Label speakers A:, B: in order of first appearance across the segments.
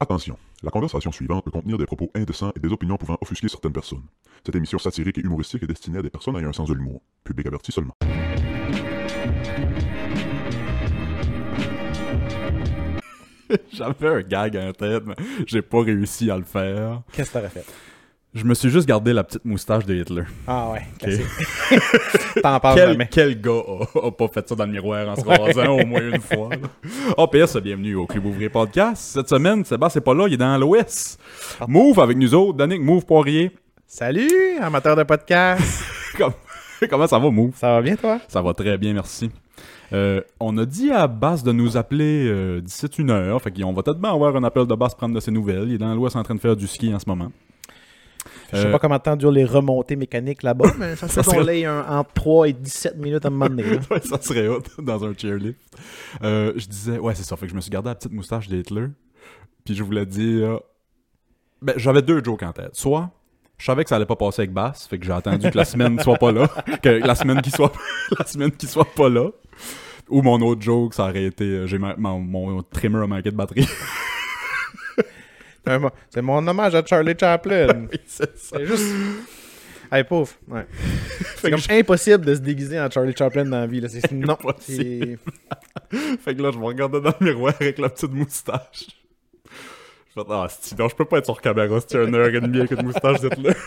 A: Attention, la conversation suivante peut contenir des propos indécents et des opinions pouvant offusquer certaines personnes. Cette émission satirique et humoristique est destinée à des personnes ayant un sens de l'humour. Public averti seulement.
B: J'avais un gag en tête, mais j'ai pas réussi à le faire.
C: Qu'est-ce que t'aurais fait?
B: Je me suis juste gardé la petite moustache de Hitler.
C: Ah ouais, classique. T'en parles
B: Quel,
C: Ah, jamais.
B: quel gars a, a pas fait ça dans le miroir en se rasant au moins une fois? là? Oh, PS, bienvenue au Club Ouvrier Podcast. Cette semaine, Sébastien est pas là, il est dans l'Ouest. Move avec nous autres, Danick Move Poirier.
C: Salut, amateur de podcast.
B: Comme- Comment ça va, Move?
C: Ça va bien, toi?
B: Ça va très bien, merci. Euh, on a dit à Bass de nous appeler euh, d'ici une heure. Fait qu'on va peut-être bien avoir un appel de Bass prendre de ses nouvelles. Il est dans l'Ouest en train de faire du ski en ce moment.
C: Je sais
B: Euh,
C: pas comment de temps durent les remontées mécaniques là-bas, mais ça se fait
B: Ça
C: qu'on
B: serait-
C: l'ait un- entre 3 et 17 minutes à un moment donné. là.
B: Ouais, ça serait hot dans un chairlift. Euh, je disais, ouais, c'est ça. Fait que je me suis gardé la petite moustache d'Hitler. Puis je voulais dire. Ben, j'avais deux jokes en tête. Soit, je savais que ça allait pas passer avec Bass. Fait que j'ai attendu que la semaine soit pas là. Que la semaine qui soit, la semaine qui soit pas là. Ou mon autre joke, ça aurait été. euh, J'ai ma- mon, mon trimmer a manqué de batterie.
C: Un mo- C'est mon hommage à Charlie Chaplin.
B: c'est ça.
C: C'est juste. Hey, pauvre. Ouais. C'est comme impossible de se déguiser en Charlie Chaplin dans la vie. Là. C'est... Non.
B: Impossible. Fait que là, je me regardais dans le miroir avec la petite moustache. Je me dis, ah, c'ti, non, je peux pas être sur caméra si tu as une heure et demie avec une moustache d'être là.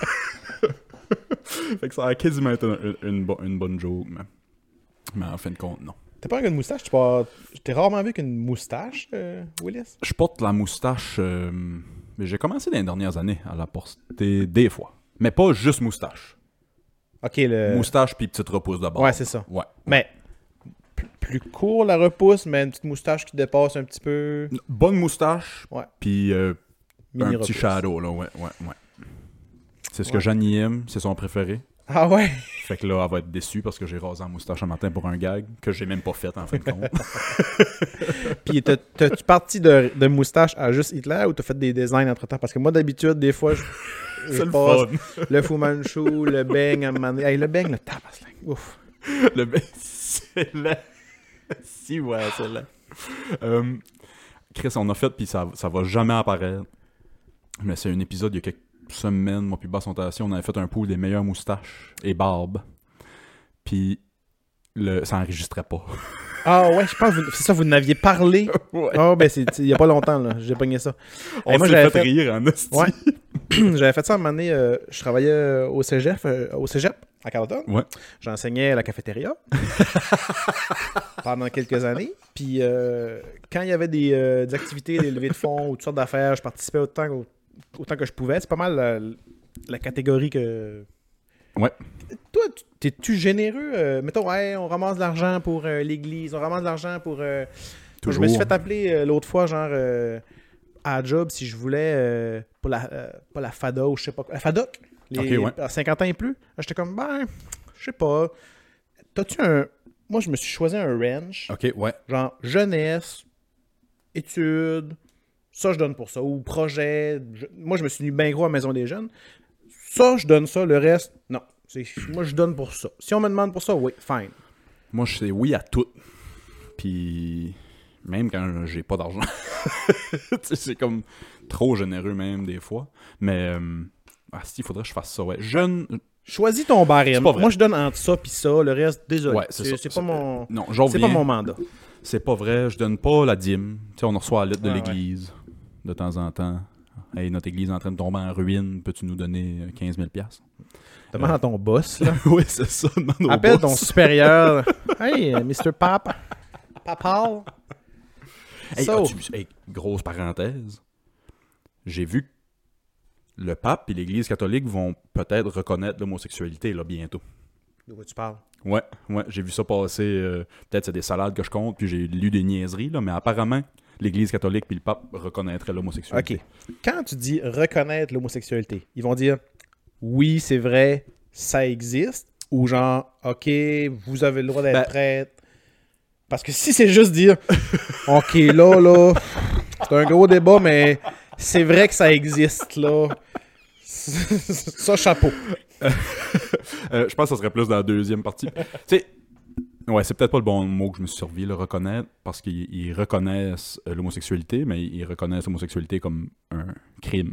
B: fait que ça a quasiment été une, une bo- une bonne joke, mais. Mais en fin de compte, non.
C: c'est- T'es pas avec une moustache? Tu pars... Je t'ai rarement vu avec une moustache, euh, Willis?
B: Je porte la moustache. euh, mais j'ai commencé dans les dernières années à la porter des fois. Mais pas juste moustache.
C: Ok, le.
B: Moustache puis petite repousse d'abord.
C: Euh, Ouais, c'est ça.
B: Ouais.
C: Mais pl- plus court la repousse, mais une petite moustache qui dépasse un petit peu.
B: Bonne moustache.
C: Ouais.
B: Puis euh, un
C: Mini-repousse.
B: petit shadow, là, ouais, ouais, ouais. C'est ce que Janie aime, c'est son préféré.
C: Ah ouais?
B: Fait que là, elle va être déçue parce que j'ai rasé en moustache un matin pour un gag que j'ai même pas fait en fin de compte.
C: Puis t'as- t'as-tu parti de, de moustache à juste Hitler ou t'as fait des designs entre temps? Parce que moi, d'habitude, des fois, je, je
B: C'est le
C: passe
B: fun.
C: le Fu Manchu, le Bang, à un moment donné. Hey, le Bang, le tabaslac. Ouf.
B: Le ben- c'est là. si, ouais, c'est là. Euh, Chris, on a fait, puis ça, ça va jamais apparaître. Mais c'est un épisode il y a quelques semaines, moi puis Bass, on était assis, on avait fait un pool des meilleures moustaches et barbes. Puis le, ça enregistrait pas.
C: Ah ouais, je pense que vous- c'est ça, vous n'aviez parlé.
B: Ouais.
C: Ah ben, c'est il y a pas longtemps, là. J'ai pogné ça.
B: On
C: Hey, moi,
B: s'est
C: j'avais
B: fait,
C: fait-
B: rire en esti.
C: Ouais. J'avais fait ça un moment donné. euh, je travaillais euh, au cégep, euh, au cégep à Carleton.
B: Ouais.
C: J'enseignais à la cafétéria pendant quelques années. Puis euh, quand il y avait des, euh, des activités, des levées de fonds ou toutes sortes d'affaires, je participais autant, qu'au- autant que je pouvais. C'est pas mal la, la catégorie que.
B: Ouais.
C: Toi, tu- t'es-tu généreux? Euh, mettons, Hey, on ramasse de l'argent pour euh, l'église, on ramasse de l'argent pour. euh, je me suis fait appeler euh, l'autre fois, genre, euh, à job, si je voulais, euh, pour la, euh, pas la FADA ou je sais pas quoi. La FADOC, les,
B: Ok, ouais.
C: à 50 ans et plus. Là, J'étais comme, ben, je sais pas. T'as-tu un. Moi, je me suis choisi un range,
B: Ok, ouais.
C: genre jeunesse, études, ça, je donne pour ça, ou projet. je- Moi, je me suis mis bien gros à Maison des Jeunes. Ça, je donne ça, le reste, non. C'est- Moi, je donne pour ça. Si on me demande pour ça, oui, fine.
B: Moi, je sais oui à tout. Puis, même quand j'ai pas d'argent. Tu sais, c'est comme trop généreux, même, des fois. Mais, euh, ah, si, il faudrait que je fasse ça, ouais. Jeune.
C: Choisis ton barème.
B: C'est pas vrai.
C: Moi, je donne entre ça puis ça. Le reste, désolé.
B: Ouais, c'est ça.
C: c'est pas mon.
B: Non, j'en
C: C'est pas
B: reviens.
C: mon mandat.
B: C'est pas vrai, je donne pas la dîme. Tu sais, on en reçoit la lettre de
C: Ah, ouais.
B: l'église, de temps en temps. Hey, notre église est en train de tomber en ruine, peux-tu nous donner euh, 15 000
C: Demande à ton boss. Là.
B: Oui, c'est ça, demande au
C: Appelle ton
B: boss.
C: supérieur. hey, euh, Mr. Pap. Papal.
B: Hey,
C: So-
B: as-tu vu ça? Hey, grosse parenthèse. J'ai vu que le pape et l'Église catholique vont peut-être reconnaître l'homosexualité là bientôt.
C: De quoi tu parles?
B: Ouais, ouais, j'ai vu ça passer. euh, peut-être c'est des salades que je compte, puis j'ai lu des niaiseries là, mais apparemment l'Église catholique puis le pape reconnaîtraient l'homosexualité.
C: OK. Quand tu dis reconnaître l'homosexualité, ils vont dire oui, c'est vrai, ça existe. Ou genre, OK, vous avez le droit d'être
B: Ben-
C: prêtre. Parce que si c'est juste dire OK, là, là, c'est un gros débat, mais c'est vrai que ça existe, là. Ça, chapeau.
B: Euh, je pense que ça serait plus dans la deuxième partie. tu sais, Ouais, c'est peut-être pas le bon mot que je me suis servi, le reconnaître, parce qu'ils ils reconnaissent euh, l'homosexualité, mais ils reconnaissent l'homosexualité comme un crime.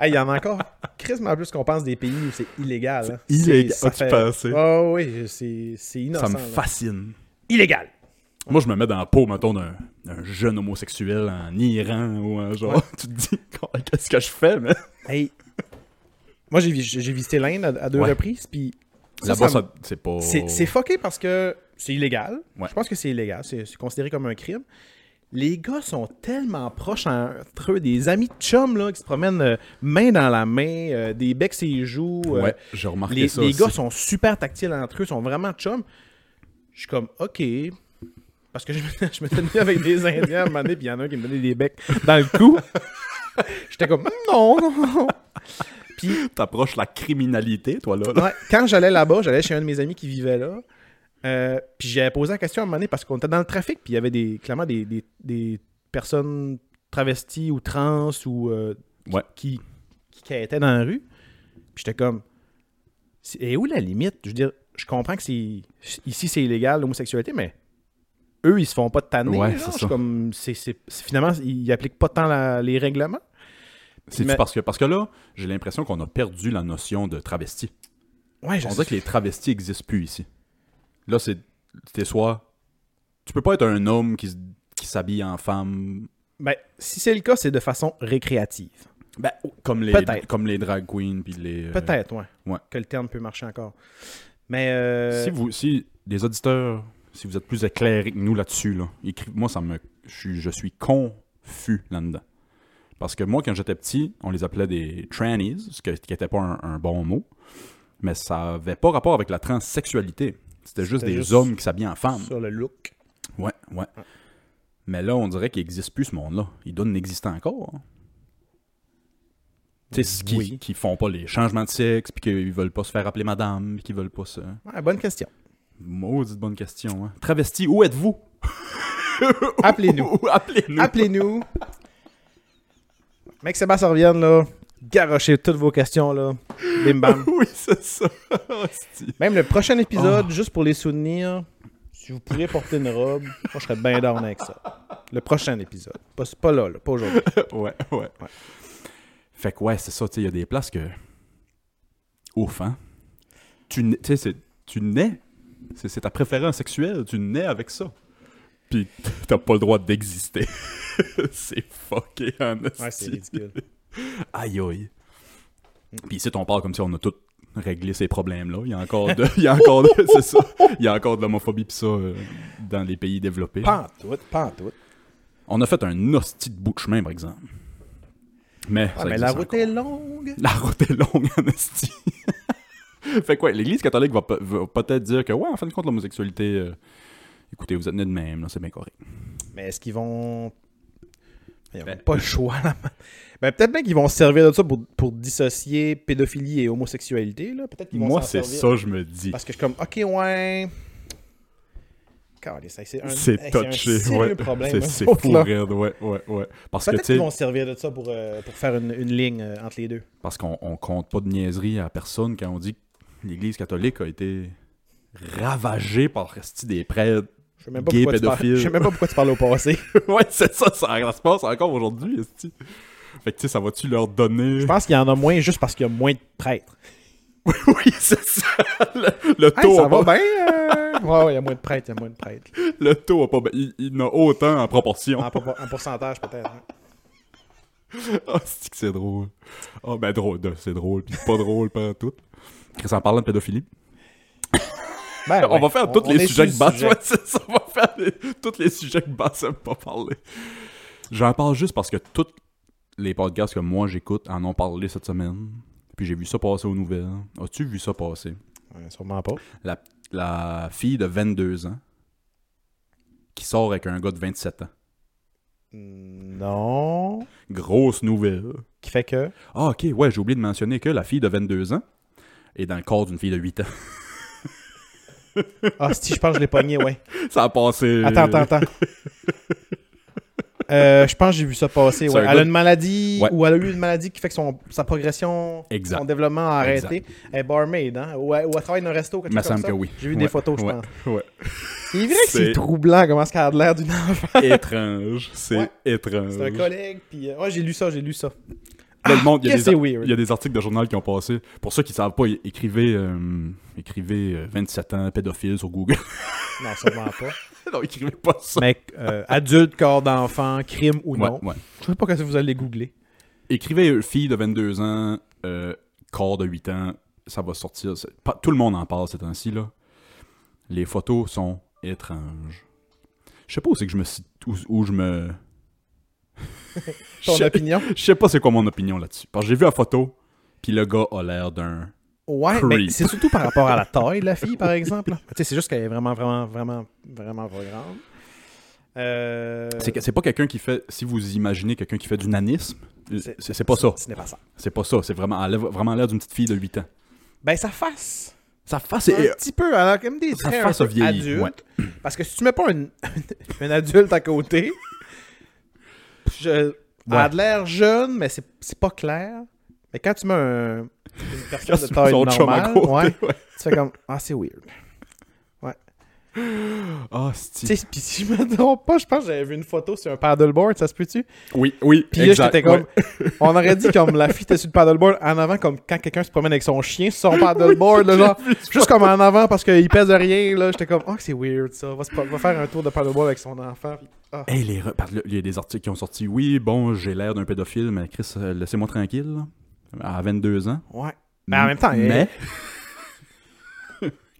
C: Hey, il y en a encore crissement plus qu'on pense des pays où c'est illégal. hein.
B: C'est illégal.
C: C'est- ça
B: As-tu
C: fait-
B: pensé?
C: Ah oui, c'est c'est innocent.
B: Ça me
C: là.
B: fascine.
C: Illégal.
B: Moi, je me mets dans la peau, mettons, d'un d'un jeune homosexuel en Iran ou un genre. Tu te dis, qu'est-ce que je fais, mais.
C: Hey. Moi, j'ai vi- j'ai visité l'Inde à, à deux
B: Ouais.
C: reprises, puis ça,
B: Là-bas,
C: ça me-
B: ça- c'est pas.
C: c'est c'est fucké parce que c'est illégal.
B: Oh. Ouais.
C: Je pense que c'est illégal. C'est c'est considéré comme un crime. Les gars sont tellement proches entre eux, des amis de chum là, qui se promènent euh, main dans la main, euh, des becs ses joues. euh,
B: Ouais, j'ai remarqué
C: les
B: ça.
C: les
B: aussi.
C: gars sont super tactiles entre eux, sont vraiment chum. Je suis comme, OK. Parce que je m'étais je m'étais mis avec des Indiens à un moment donné, puis il y en a un qui me donnait des becs dans le cou. J'étais comme, non, non, non. Puis
B: T'approches la criminalité, toi, là. là.
C: Ouais, quand j'allais là-bas, j'allais chez un de mes amis qui vivait là. Euh, puis j'avais posé la question à un moment donné parce qu'on était dans le trafic, puis il y avait des, clairement des, des- des personnes travesties ou trans ou euh,
B: Ouais.
C: qui, qui quêtaient dans la rue. Puis j'étais comme, c'est- et où la limite? Je veux dire, je comprends que c'est ici c'est illégal l'homosexualité, mais eux ils se font pas de tanner.
B: Ouais,
C: genre.
B: c'est
C: Je suis
B: ça.
C: comme, c'est- c'est- c'est- finalement ils appliquent pas tant la- les règlements.
B: C'est-tu
C: Mais-
B: parce que, parce que là, j'ai l'impression qu'on a perdu la notion de travesti.
C: Ouais, je
B: On
C: sais.
B: dirait que les travestis n'existent plus ici. Là, c'est. T'es soit. Tu peux pas être un homme qui, se- qui s'habille en femme.
C: Ben, si c'est le cas, c'est de façon récréative.
B: Ben, comme les,
C: Peut-être.
B: comme les drag queens puis les. euh,
C: Peut-être, ouais.
B: ouais.
C: Que le terme peut marcher encore. Mais euh,
B: Si vous, si les auditeurs, si vous êtes plus éclairés que nous là-dessus, là, écri- moi ça me, je suis, je suis confus là-dedans. Parce que moi, quand j'étais petit, on les appelait des trannies, ce que- qui n'était pas un, un bon mot, mais ça n'avait pas rapport avec la transsexualité. C'était juste
C: C'était
B: des
C: juste
B: hommes qui s'habillaient en femmes.
C: sur le look.
B: Ouais, ouais. Mais là, on dirait qu'il n'existe plus ce monde-là. Il doit n'exister encore. hein. Tu sais, qui,
C: Oui.
B: qui font pas les changements de sexe, puis qu'ils veulent pas se faire appeler madame, puis qu'ils veulent pas se...
C: Ouais, bonne question.
B: Maudite bonne question. Hein. Travesti, où êtes-vous?
C: Appelez-nous.
B: Où- Ah, où- Appelez-nous.
C: Appelez-nous. Mec Sébastien revienne, là. Garochez toutes vos questions, là. Bim bam.
B: oui, c'est ça. Hostie.
C: Même le prochain épisode, juste pour les soutenir, si vous pourriez porter une robe, moi je serais bien down avec ça. Le prochain épisode. Pas, pas là, là, pas aujourd'hui.
B: ouais, ouais, Fait que ouais, c'est ça. Tu sais, il y a des places que... Ouf, hein? Tu nais... Tu sais, c'est- tu nais. C'est c'est ta préférence sexuelle. Tu nais avec ça. Puis t'as pas le droit d'exister. c'est fucké, hein?
C: Ouais, c'est ridicule.
B: Aïe aïe.
C: Mm.
B: Puis ici, on parle comme si on a tout réglé ces problèmes-là. Il y a encore de... Il y a encore de... C'est ça. Il y a encore de l'homophobie pis ça euh, dans les pays développés.
C: Pas en tout, pas en tout.
B: On a fait un hostie de bout de chemin, par exemple. Mais, ça
C: Ouais, Ah, mais
B: existe
C: la route
B: encore.
C: est longue.
B: La route est longue, en hostie. fait quoi, l'Église catholique va, pe- va peut-être dire que, ouais, en fin de compte, l'homosexualité... euh, Écoutez, vous êtes nés de même, là, c'est bien correct.
C: Mais est-ce qu'ils vont. Ils n'ont
B: Ben-
C: pas le choix. Là. Ben, peut-être bien qu'ils vont se servir de ça pour, pour dissocier pédophilie et homosexualité. Là. Peut-être qu'ils vont
B: Moi,
C: s'en
B: c'est
C: servir.
B: ça, je me dis.
C: Parce que je suis comme, ok, ouais. Calais, ça, C'est un,
B: C'est
C: hey,
B: touché,
C: C'est
B: ouais.
C: un sérieux problème.
B: C'est
C: hein,
B: c'est
C: autre,
B: fou,
C: là.
B: raide, ouais, ouais, ouais. Parce que,
C: Peut-être
B: tu sais...
C: qu'ils vont se servir de ça pour, euh, pour faire une, une ligne euh, entre les deux.
B: Parce qu'on on compte pas de niaiserie à personne quand on dit que l'Église catholique a été ravagée par resti des prêtres.
C: Je sais même pas
B: Gay,
C: pourquoi tu parles-
B: pédophile.
C: Je sais même pas pourquoi tu parles au passé.
B: ouais, c'est ça, ça, ça se passe encore aujourd'hui, esti. Fait que tu sais, ça va-tu leur donner...
C: Je pense qu'il y en a moins juste parce qu'il y a moins de prêtres.
B: oui, c'est ça. Le, le
C: Hey,
B: taux
C: ça
B: a pas...
C: va bien? euh? Ouais, ouais, il y a moins de prêtres, il y a moins de prêtres.
B: Le taux a pas... Il, il en a autant en proportion.
C: En, pour- en pourcentage, peut-être. hein.
B: Ah, c'est que c'est drôle. Ah, ben drôle, de- c'est drôle, puis pas drôle, pas tout. Chris, en parlant de pédophilie,
C: Ben,
B: on
C: ouais,
B: va faire tous
C: on
B: les
C: est
B: sujets que
C: sur le
B: Bass,
C: sujet.
B: ouais, c'est ça, on va faire les- tous les sujets que Bass aime pas parler. J'en parle juste parce que tous les podcasts que moi j'écoute en ont parlé cette semaine. Puis j'ai vu ça passer aux nouvelles. As-tu vu ça passer?
C: Ouais, sûrement pas.
B: La, la fille de 22 ans qui sort avec un gars de 27 ans.
C: Non.
B: Grosse nouvelle.
C: Qui fait que.
B: Ah, ok, ouais, j'ai oublié de mentionner que la fille de 22 ans est dans le corps d'une fille de 8 ans.
C: Ah, si, je pense que je l'ai pogné, ouais.
B: Ça a passé.
C: Attends, attends, attends. Euh, je pense que j'ai vu ça passer.
B: C'est
C: ouais.
B: un
C: Elle
B: gars-
C: a une maladie
B: Ouais.
C: ou elle a eu une maladie qui fait que son, sa progression,
B: Exact.
C: son développement a arrêté. Elle est barmaid, hein? Ou elle, ou elle travaille dans un resto, quelque
B: Il me
C: chose comme
B: semble
C: ça.
B: que oui.
C: J'ai vu des
B: Ouais.
C: photos, je
B: Ouais.
C: pense.
B: Ouais.
C: Il est vrai que c'est
B: C'est- Euh,
C: troublant comment est-ce qu'elle a de l'air d'une enfant.
B: étrange. C'est
C: Ouais.
B: étrange.
C: C'est un collègue, puis... euh, Ouais, j'ai lu ça, j'ai lu ça.
B: Là, le monde, il y, a
C: Ah, que
B: des
C: c'est
B: ar-
C: weird.
B: il y a des articles de journal qui ont passé. Pour ceux qui ne savent pas, é- écrivez, euh, écrivez euh, 27 ans pédophile sur Google.
C: Non, sûrement pas.
B: non, écrivez pas ça.
C: Mec, euh, adulte, corps d'enfant, crime ou non.
B: Ouais, ouais.
C: Je sais pas que vous allez les googler.
B: Écrivez euh, fille de 22 ans, euh, corps de 8 ans, ça va sortir. C'est- pas- Tout le monde en parle ces temps-ci. là. Les photos sont étranges. Je sais pas où c'est que je me sit- où, où je me.
C: Ton
B: Je-
C: opinion?
B: Je sais pas c'est quoi mon opinion là-dessus. Parce que j'ai vu la photo, puis le gars a l'air d'un.
C: Ouais, mais
B: Creep.
C: c'est surtout par rapport à la taille de la fille, par exemple. là. Tu sais, c'est juste qu'elle est vraiment, vraiment, vraiment, vraiment pas grande. Euh,
B: C'est que- c'est pas quelqu'un qui fait. Si vous imaginez quelqu'un qui fait du nanisme,
C: C'est-
B: c'est c'est pas ça.
C: Ce n'est pas ça.
B: C'est pas ça. C'est vraiment, elle a vraiment l'air d'une petite fille de 8 ans.
C: Ben, sa face.
B: Sa face
C: Un petit peu. Alors, comme des
B: euh, Sa
C: traits Ah, un
B: face a
C: peu
B: vieilli,
C: adultes.
B: ouais.
C: Parce que si tu mets pas un, un adulte à côté, je, elle a de l'air jeune, mais c'est c'est pas clair. Mais quand tu mets un, une personne de taille normale, ouais, tu fais comme « Ah, c'est weird ».
B: Ah,
C: Tu sais, pis si je me trompe pas, je pense que j'avais vu une photo sur un paddleboard, ça se peut-tu?
B: Oui, oui.
C: Puis là, j'étais comme. On aurait dit comme la fille était sur le paddleboard en avant, comme quand quelqu'un se promène avec son chien sur son paddleboard, là, genre. Juste comme en avant parce qu'il pèse rien, là. J'étais comme, oh, c'est weird ça. Va, se pro- va faire un tour de paddleboard avec son enfant. puis- ah.
B: Hey, les re- parce que là, il y a des articles qui ont sorti. Oui, bon, j'ai l'air d'un pédophile, mais Chris, euh, laissez-moi tranquille. là. À 22 ans.
C: Ouais. Mais en même temps, elle-
B: mais,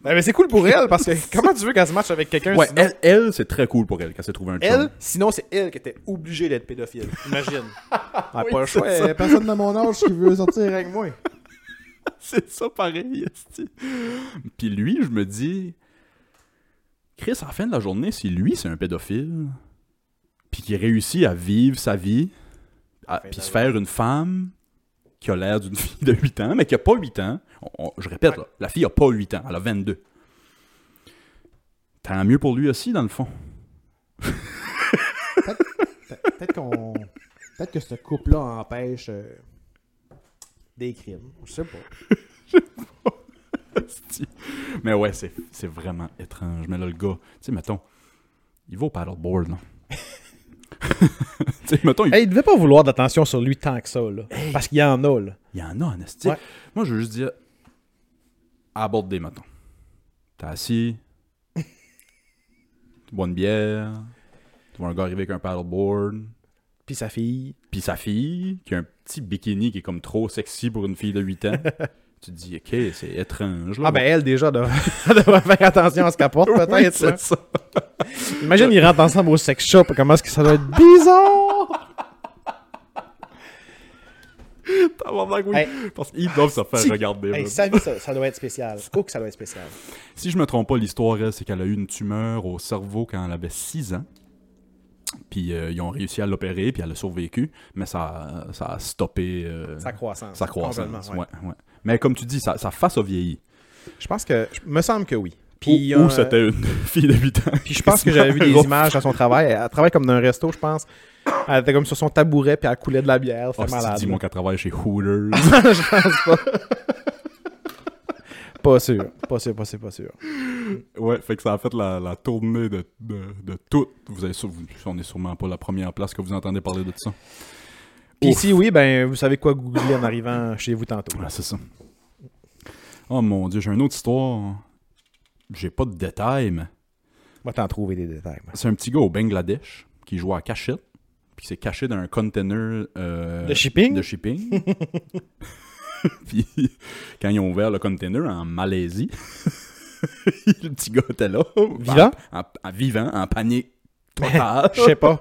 C: Ouais, mais c'est cool pour elle parce que comment tu veux qu'elle se matche avec quelqu'un
B: ouais,
C: sinon-
B: elle, elle, c'est très cool pour elle quand elle s'est trouvée un chum.
C: Elle, sinon c'est elle qui était obligée d'être pédophile. Imagine. Elle a
B: Oui,
C: pas le
B: c'est
C: choix.
B: ça.
C: elle- Personne de mon âge qui veut sortir avec moi.
B: C'est ça pareil, esti. Puis lui, je me dis, Chris, à la fin de la journée, si lui, c'est un pédophile, puis qu'il réussit à vivre sa vie, à- puis se faire une femme qui a l'air d'une fille de 8 ans, mais qui a pas 8 ans. On- on- je répète, là, la fille a pas 8 ans, elle a 22. Tant mieux pour lui aussi, dans le fond.
C: Peut-être qu'on. Peut-être que ce couple-là empêche euh, des crimes. Je sais pas.
B: Esti. mais ouais, c'est c'est vraiment étrange. Mais là, le gars, tu sais, mettons, il va au paddleboard, non? tu sais, mettons, il
C: Hey, il devait pas vouloir d'attention sur lui tant que ça, là. Parce qu'il y en a, là.
B: Il y en a en esti.
C: Ouais.
B: Moi, je veux juste dire, aborde des matins. T'es assis, tu bois une bière, tu vois un gars arriver avec un paddleboard,
C: Puis sa fille.
B: puis sa fille, qui a un petit bikini qui est comme trop sexy pour une fille de 8 ans. tu te dis, ok, c'est étrange. Là,
C: Ah, ben elle, déjà, devrait elle devrait faire attention à ce qu'elle porte,
B: Oh. Oui,
C: peut-être. là.
B: c'est ça.
C: Imagine, ils rentrent ensemble au sex shop. Comment est-ce que ça doit être bizarre?
B: Tabarnak, oui.
C: Hey.
B: Parce qu'ils doivent se faire
C: Si.
B: regarder.
C: hey,
B: là.
C: sa vie, ça, ça doit être spécial. Oh, que ça doit être spécial.
B: Si je me trompe pas, l'histoire, elle, c'est qu'elle a eu une tumeur au cerveau quand elle avait 6 ans. Puis euh, ils ont réussi à l'opérer, puis elle a survécu, mais ça, ça a stoppé euh,
C: Sa croissance.
B: sa croissance.
C: Complètement, ouais.
B: ouais, ouais. Mais comme tu dis, sa, sa face a vieilli.
C: Je pense que. je- me semble que oui.
B: ou
C: euh,
B: ou c'était une fille de 8 ans. Oh,
C: Puis je pense que j'avais vu des images à son travail. Elle elle travaille comme dans un resto, je pense. Elle était comme sur son tabouret, puis elle coulait de la bière. C'était
B: Oh,
C: malade.
B: dis-moi qu'elle travaille chez Hooters.
C: Pas sûr. Pas sûr, pas sûr, pas sûr.
B: ouais, fait que ça a fait la, la tournée de, de, de tout. Vous avez, sûre- vous- on est sûrement pas la première place que vous entendez parler de ça.
C: Puis
B: Ouf.
C: si oui, ben vous savez quoi googler en arrivant chez vous tantôt.
B: Ouais, c'est ça. Oh mon dieu, j'ai une autre histoire. J'ai pas de détails, mais
C: On va t'en trouver des détails. moi.
B: c'est un petit gars au Bangladesh qui joue à cachette, puis qui s'est caché dans un container euh,
C: De shipping?
B: De shipping. puis quand ils ont ouvert le container en Malaisie, le petit gars était là,
C: Vivant?
B: en, en- en vivant, en panique totale.
C: Je sais pas.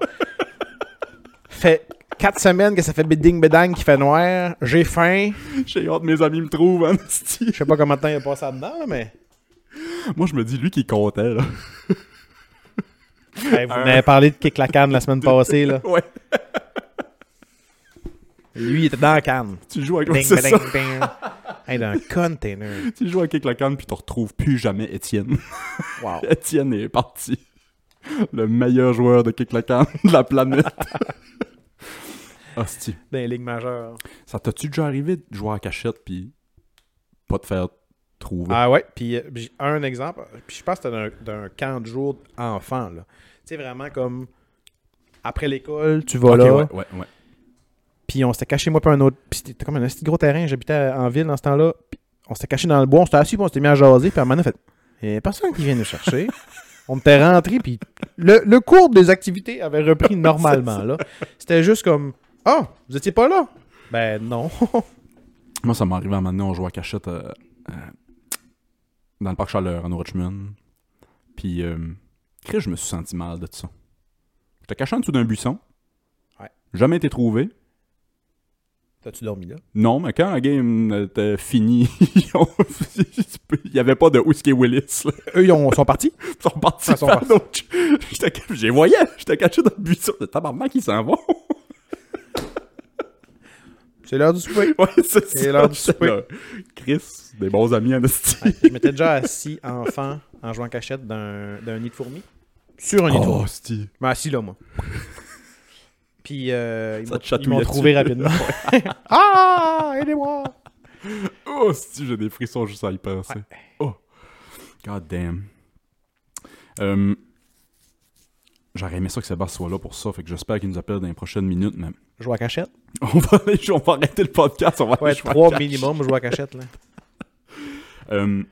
C: fait quatre semaines que ça fait bidding bedang qui fait noir. J'ai faim.
B: j'ai hâte mes amis me trouvent. en esti.
C: Je sais pas combien de temps il a passé dedans, mais
B: Moi, je me dis lui qui comptait là.
C: Hey, vous en avez parlé de kick la canne la semaine passée là.
B: Ouais,
C: Lui il était dans la canne.
B: tu joues avec
C: Ding,
B: c'est ça.
C: beding, ding. Hey, dans un container.
B: Tu joues avec la canne puis tu retrouves plus jamais Étienne.
C: Wow.
B: Étienne est parti. le meilleur joueur de kick le can de la planète. Hostie.
C: dans les ligues majeures.
B: Ça t'as-tu déjà arrivé de jouer à cachette puis pas te faire trouver?
C: Ah ouais, puis euh, j'ai un exemple, puis je pense que c'était d'un- d'un camp de jour enfant. là. Tu sais, vraiment comme après l'école, tu vas
B: Ok,
C: là,
B: ouais, ouais, ouais.
C: puis on s'était caché, moi, pas un autre. Puis c'était comme un petit gros terrain, j'habitais en ville dans ce temps-là. Puis on s'était caché dans le bois, on s'était assis, puis on s'était mis à jaser, puis à un moment donné, on fait Il y a personne qui vient nous chercher. on était rentré, puis le, le cours des activités avait repris normalement. là. C'était juste comme Ah, vous étiez pas là Ben non.
B: Moi, ça m'arrive à un moment donné, on jouait à cachette euh, euh, dans le parc Chaleur, en Richmond. Puis, euh, Chris, je me suis senti mal de ça. J'étais caché en dessous d'un buisson.
C: Ouais.
B: Jamais été trouvé.
C: T'as-tu dormi là
B: Non, mais quand la game était finie, il n'y avait pas de Whiskey Willis. Là.
C: Eux, ils ont- sont partis
B: Ils sont partis
C: Ah, ils sont
B: faire
C: partis.
B: d'autres choses. J'étais ca- J'ai voyé, j'étais caché dans le buisson. Le tabarnak, ils s'en vont.
C: C'est l'heure du souper.
B: Ouais, c'est
C: C'est
B: ça,
C: l'heure du
B: c'est
C: souper.
B: là. Chris, des bons amis en esti.
C: Je m'étais déjà assis enfant en jouant cachette d'un d'un nid de fourmis. Sur un nid de fourmis.
B: Oh, esti.
C: Je m'ai assis là, moi. Puis euh, ils
B: Ça
C: m'ont-
B: te
C: ils m'ont
B: chatouillait
C: trouvé
B: dessus.
C: rapidement. ah, aidez-moi!
B: Oh, si j'ai des frissons juste à y penser. Oh. God damn. Euh, J'aurais aimé ça que Sébastien soit là pour ça, fait que j'espère qu'il nous appelle dans les prochaines minutes, mais
C: Jouer à cachette.
B: on va, aller- on va arrêter le podcast, on va
C: Ouais,
B: aller jouer à
C: trois
B: cache.
C: minimum, jouer à cachette. Là.
B: Euh,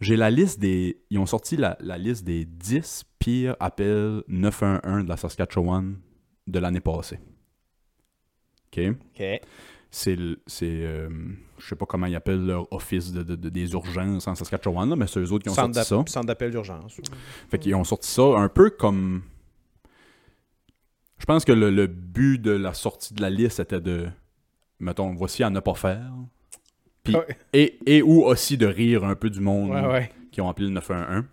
B: j'ai la liste des... Ils ont sorti la, la liste des 10 pires appels 911 de la Saskatchewan de l'année passée. OK?
C: OK.
B: c'est le- c'est euh, je sais pas comment ils appellent leur office de, de- de- des urgences en Saskatchewan là, mais c'est eux autres qui ont
C: Centre
B: sorti ça
C: d'app- centre d'appel d'urgence.
B: fait qu'ils ont sorti ça un peu comme je pense que le, le but de la sortie de la liste était de mettons voici à ne pas faire Puis-
C: Ouais,
B: et, et ou aussi de rire un peu du monde
C: ouais, ouais.
B: qui ont appelé le 911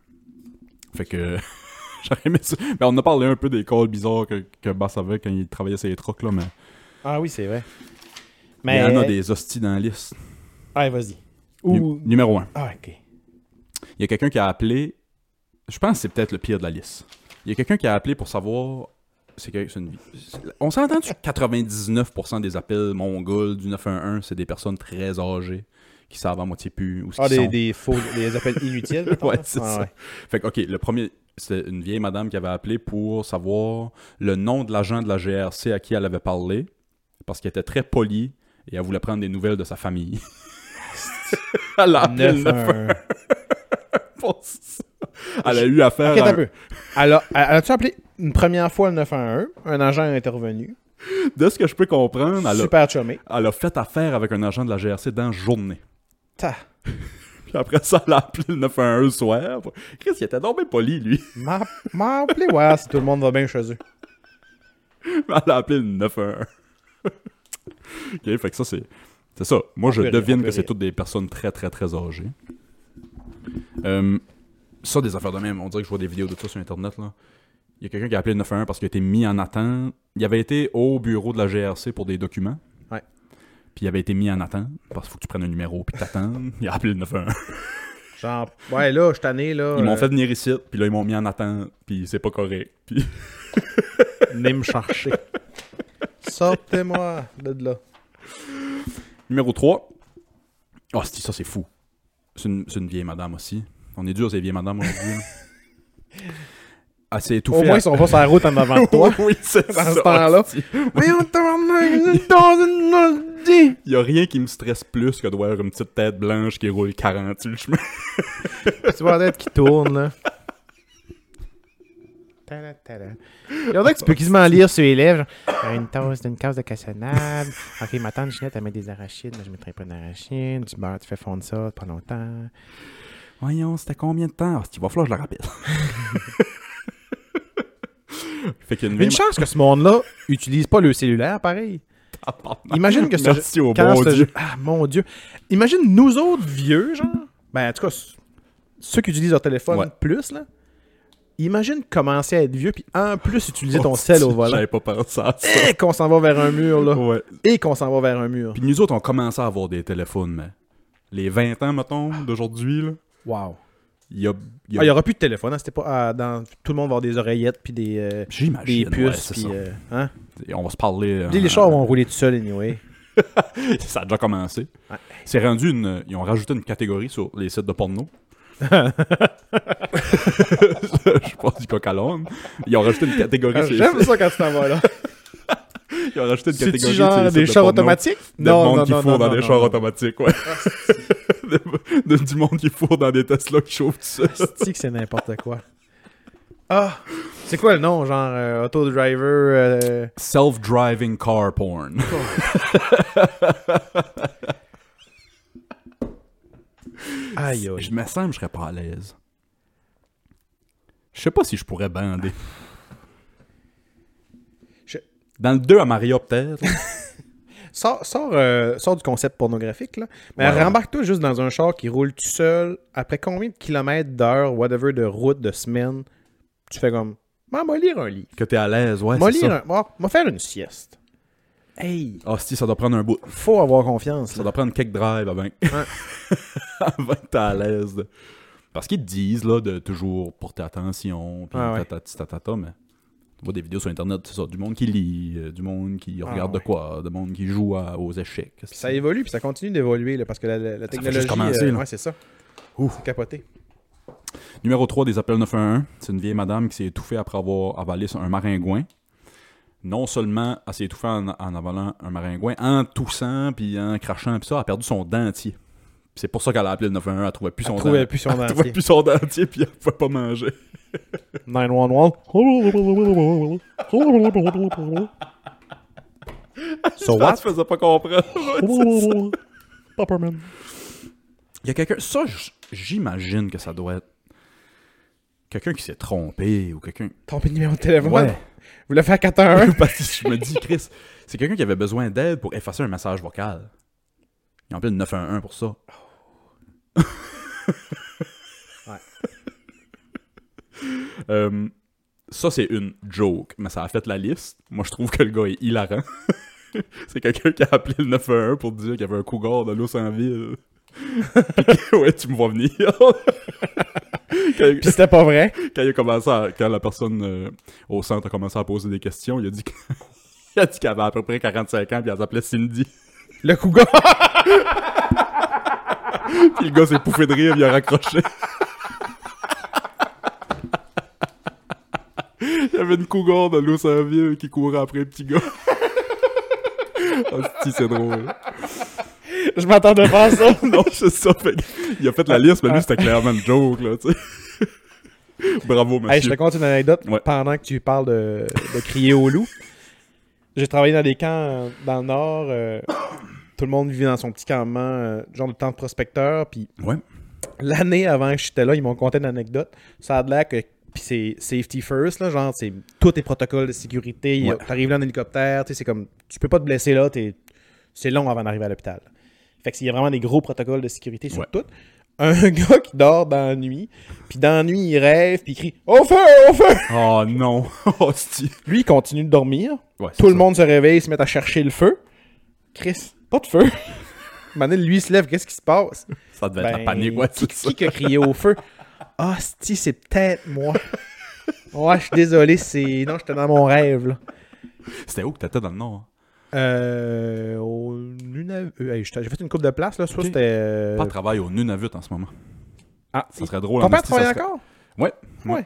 B: fait que j'aurais aimé ça mais on a parlé un peu des calls bizarres que, que Bass avait quand il travaillait sur les trucs là mais
C: Ah oui, c'est vrai.
B: il y
C: Mais.
B: en a des hosties dans la liste
C: Ouais, vas-y.
B: Nu-
C: Ou.
B: numéro 1
C: Ah, ok.
B: Il y a quelqu'un qui a appelé. Je pense que c'est peut-être le pire de la liste. Il y a quelqu'un qui a appelé pour savoir. C'est que- c'est une- c'est- On s'entend que 99% des appels mongols du 911, c'est des personnes très âgées qui savent à moitié plus où ce
C: Ah,
B: qu'ils
C: des,
B: sont.
C: des faux. Des appels inutiles. mettons,
B: Ouais,
C: là.
B: c'est
C: Ah,
B: ça. Fait que, OK, le premier, c'était une vieille madame qui avait appelé pour savoir le nom de l'agent de la GRC à qui elle avait parlé parce qu'elle était très polie et elle voulait prendre des nouvelles de sa famille. elle a appelé le 911
C: 9-1.
B: pour ça. Elle a eu affaire
C: Ok,
B: à
C: t'as
B: un-
C: un peu. Alors, a- as-tu appelé une première fois le 911? Un agent est intervenu.
B: De ce que je peux comprendre, elle a,
C: Super chômé.
B: elle a fait affaire avec un agent de la GRC dans la journée.
C: Ta,
B: Puis après ça, elle a appelé le 911 le soir. Chris, il était donc bien poli, lui.
C: m'a m'a appelé. Ouais, si tout le monde va bien chez eux.
B: Elle a appelé le 911. OK, fait que ça, c'est... C'est ça. Moi, je
C: peut rire, on
B: devine
C: peut
B: que c'est
C: rire.
B: toutes des personnes très, très, très âgées. Euh, ça, des affaires de même. On dirait que je vois des vidéos de ça sur Internet, là. Il y a quelqu'un qui a appelé le 911 parce qu'il a été mis en attente. Il avait été au bureau de la GRC pour des documents.
C: Ouais.
B: Puis il avait été mis en attente parce qu'il faut que tu prennes un numéro puis que t'attendes. Il a appelé le 911.
C: Genre, ouais, là, je suis tanné, là.
B: Ils m'ont
C: euh,
B: fait venir ici, puis là, ils m'ont mis en attente, puis c'est pas correct. Puis
C: venez me chercher. Sortez-moi de là.
B: numéro 3. Oh, c'est- ça, c'est fou. C'est une, c'est une vieille madame aussi. On est dur, ces vieilles madames aujourd'hui. là. Elle s'est étouffée.
C: Au moins,
B: à-
C: ils sont pas sur la route en avant de toi.
B: oui, c'est
C: Dans
B: ça.
C: ce temps-là.
B: hostie.
C: Mais on tourne dans une maladie.
B: Il y a rien qui me stresse plus que de voir une petite tête blanche qui roule 40 sur le chemin.
C: Tu vois la tête qui tourne, là. Tada, tada. Il y en a que tu peux quasiment lire sur les lèvres. genre, Ah, Une tasse d'une case de cassonade. Ok, ma tante Ginette, elle met des arachides. mais je mettrai pas d'arachides. Du beurre, tu fais fondre ça, pas longtemps.
B: Voyons, c'était combien de temps? Hostie, il va falloir que je la rappelle. fait qu'il y a une
C: Une
B: vieille
C: chance que ce monde-là utilise pas le cellulaire, pareil.
B: madame.
C: Imagine que ce
B: Merci au
C: quand
B: bon
C: ce-
B: Dieu.
C: Ah, mon Dieu. Imagine nous autres vieux, genre. Ben, en tout cas, c- ceux qui utilisent leur téléphone
B: Ouais.
C: plus, là. Imagine commencer à être vieux, puis en plus utiliser ton
B: Oh,
C: sel au
B: tu-
C: volant.
B: J'avais pas pensé à ça. Oh.
C: Et qu'on s'en va vers un mur, là.
B: Ouais.
C: Et qu'on s'en va vers un mur.
B: Puis nous autres, on commençait à avoir des téléphones, mais les 20 ans, mettons, d'aujourd'hui, là,
C: Wow.
B: il y a. il y a-
C: Ah, il n'y aura plus de téléphone. hein, c'était pas, ah, dans... Tout le monde va avoir des oreillettes puis des, euh, des
B: J'imagine. ouais,
C: puces.
B: c'est
C: puis,
B: ça.
C: euh, hein?
B: Et On va se parler.
C: Puis
B: euh,
C: les chars vont rouler tout seuls, anyway.
B: ça a déjà commencé.
C: Ouais.
B: C'est rendu une. Ils ont rajouté une catégorie sur les sites de porno. je pense du coq à l'âne. Ils ont rajouté une catégorie.
C: Ah,
B: sur les
C: J'aime
B: sites-
C: ça quand tu t'en vas là.
B: Ils ont rajouté une
C: C'est-tu
B: catégorie. sur les
C: genre
B: sites
C: des
B: de
C: chars
B: porno.
C: automatiques?
B: Des monde qui fourre dans des chars automatiques, ouais.
C: Ah,
B: De- de- du monde qui fourre dans des Tesla qui chauffent tout seul.
C: Asti que c'est n'importe quoi. Ah! C'est quoi le nom? Genre euh, Auto Driver. euh,
B: Self-driving car porn.
C: Aïe, aïe.
B: Je me sens que je serais pas à l'aise. Je sais pas si je pourrais bander.
C: Je-
B: Dans le 2 à Mario, peut-être.
C: Sors, sors, euh, sors du concept pornographique, là. Mais
B: Ouais.
C: rembarque-toi juste dans un char qui roule tout seul. Après combien de kilomètres, d'heures, whatever, de route, de semaine, tu fais comme. M'en va lire un livre.
B: que t'es à l'aise, ouais,
C: M'en
B: Ah, c'est
C: lire
B: ça.
C: un. M'en- m'en faire une sieste. Hey!
B: Ah si, ça doit prendre un bout.
C: Faut avoir confiance.
B: Ça
C: là.
B: doit prendre quelques drives avant, que- avant que t'es à l'aise. là. Parce qu'ils te disent, là, de toujours porter attention, puis
C: Ah ouais.
B: tatati tatata, mais... Tu vois des vidéos sur Internet, c'est ça, du monde qui lit, euh, du monde qui
C: Ah
B: regarde
C: ouais.
B: de quoi, du monde qui joue à- aux échecs.
C: Puis ça évolue, puis ça continue d'évoluer, là, parce que la, la- la
B: fait
C: technologie.
B: juste commencer,
C: euh,
B: là.
C: ouais, c'est ça.
B: Ouf.
C: C'est capoté.
B: Numéro 3 des appels 911, c'est une vieille madame qui s'est étouffée après avoir avalé un maringouin. Non seulement elle s'est étouffée en, en avalant un maringouin, en toussant, puis en crachant, puis ça, elle a perdu son dentier. Puis C'est pour ça qu'elle a appelé le 911, elle trouvait plus son
C: Elle
B: dentier.
C: trouvait plus son
B: Elle trouvait
C: dentier.
B: plus son dentier, puis elle pouvait pas manger.
C: 911. so
B: Ça,
C: what?
B: se faisait pas comprendre.
C: Pepperman.
B: Il y a quelqu'un... Ça, j- j'imagine que ça doit être... Quelqu'un qui s'est trompé, ou quelqu'un...
C: Tombé le numéro de téléphone. Vous le faites à 4
B: Parce que je me dis, Chris, c'est quelqu'un qui avait besoin d'aide pour effacer un message vocal. Il a appelé le 911 pour ça.
C: Ouais.
B: Euh, ça, c'est une joke, mais ça a fait la liste. Moi, je trouve que le gars est hilarant. c'est quelqu'un qui a appelé le 911 pour dire qu'il y avait un cougar dans l'eau en ville. ouais, tu me vois venir. Quand-
C: Puis c'était pas vrai.
B: quand il a commencé à- quand la personne euh, au centre a commencé à poser des questions, il a dit que- il a dit qu'elle avait à peu près 45 ans puis elle s'appelait Cindy.
C: Le cougar.
B: Puis le gars s'est pouffé de rire, il a raccroché. il y avait une cougar dans l'eau sans vie qui courait après un petit gars. Hostie, c'est drôle.
C: Je m'attendais pas à ça.
B: Non, c'est ça. Fait, que- il a fait la liste, mais lui, c'était clairement une joke, là, tu sais. Bravo, monsieur.
C: Hey, je te raconte une anecdote
B: Ouais.
C: pendant que tu parles de, de crier au loup. J'ai travaillé dans des camps euh, dans le nord. euh, tout le monde vivait dans son petit campement, euh, genre de temps de prospecteur. Puis
B: Ouais.
C: l'année avant que j'étais là, ils m'ont conté une anecdote. Ça a de l'air que. Puis c'est safety first, là, genre, c'est tous tes protocoles de sécurité. il y a-
B: Ouais.
C: T'arrives là en hélicoptère, tu sais, c'est comme. Tu peux pas te blesser là, t'es- c'est long avant d'arriver à l'hôpital. Fait que s'il y a vraiment des gros protocoles de sécurité sur
B: Ouais.
C: tout. Un gars qui dort dans la nuit, puis dans la nuit, il rêve, puis il crie Au feu, au feu
B: Oh non. Hostie.
C: Lui, il continue de dormir.
B: Ouais, c'est
C: Tout le
B: ça.
C: monde se réveille, se met à chercher le feu. Chris, pas de feu. Mané, lui, il se lève, qu'est-ce qui se passe?
B: Ça devait être la
C: Ben,
B: panique, ouais,
C: qui,
B: c'est ça.
C: qui qui a crié au feu? Ah, si, c'est peut-être moi. Ouais, je suis désolé, c'est. Non, j'étais dans mon rêve, là.
B: C'était où que t'étais dans le nord? hein?
C: Euh. Au Nuna- euh, hey, j'étais- J'ai fait une coupe de place, là. Soit
B: Ok.
C: c'était. euh,
B: Pas de travail au Nunavut en ce moment.
C: Ah,
B: Ça serait drôle.
C: ton
B: en
C: père
B: esti, ça
C: travaille
B: serait-
C: encore?
B: Ouais.
C: Ouais.
B: ouais.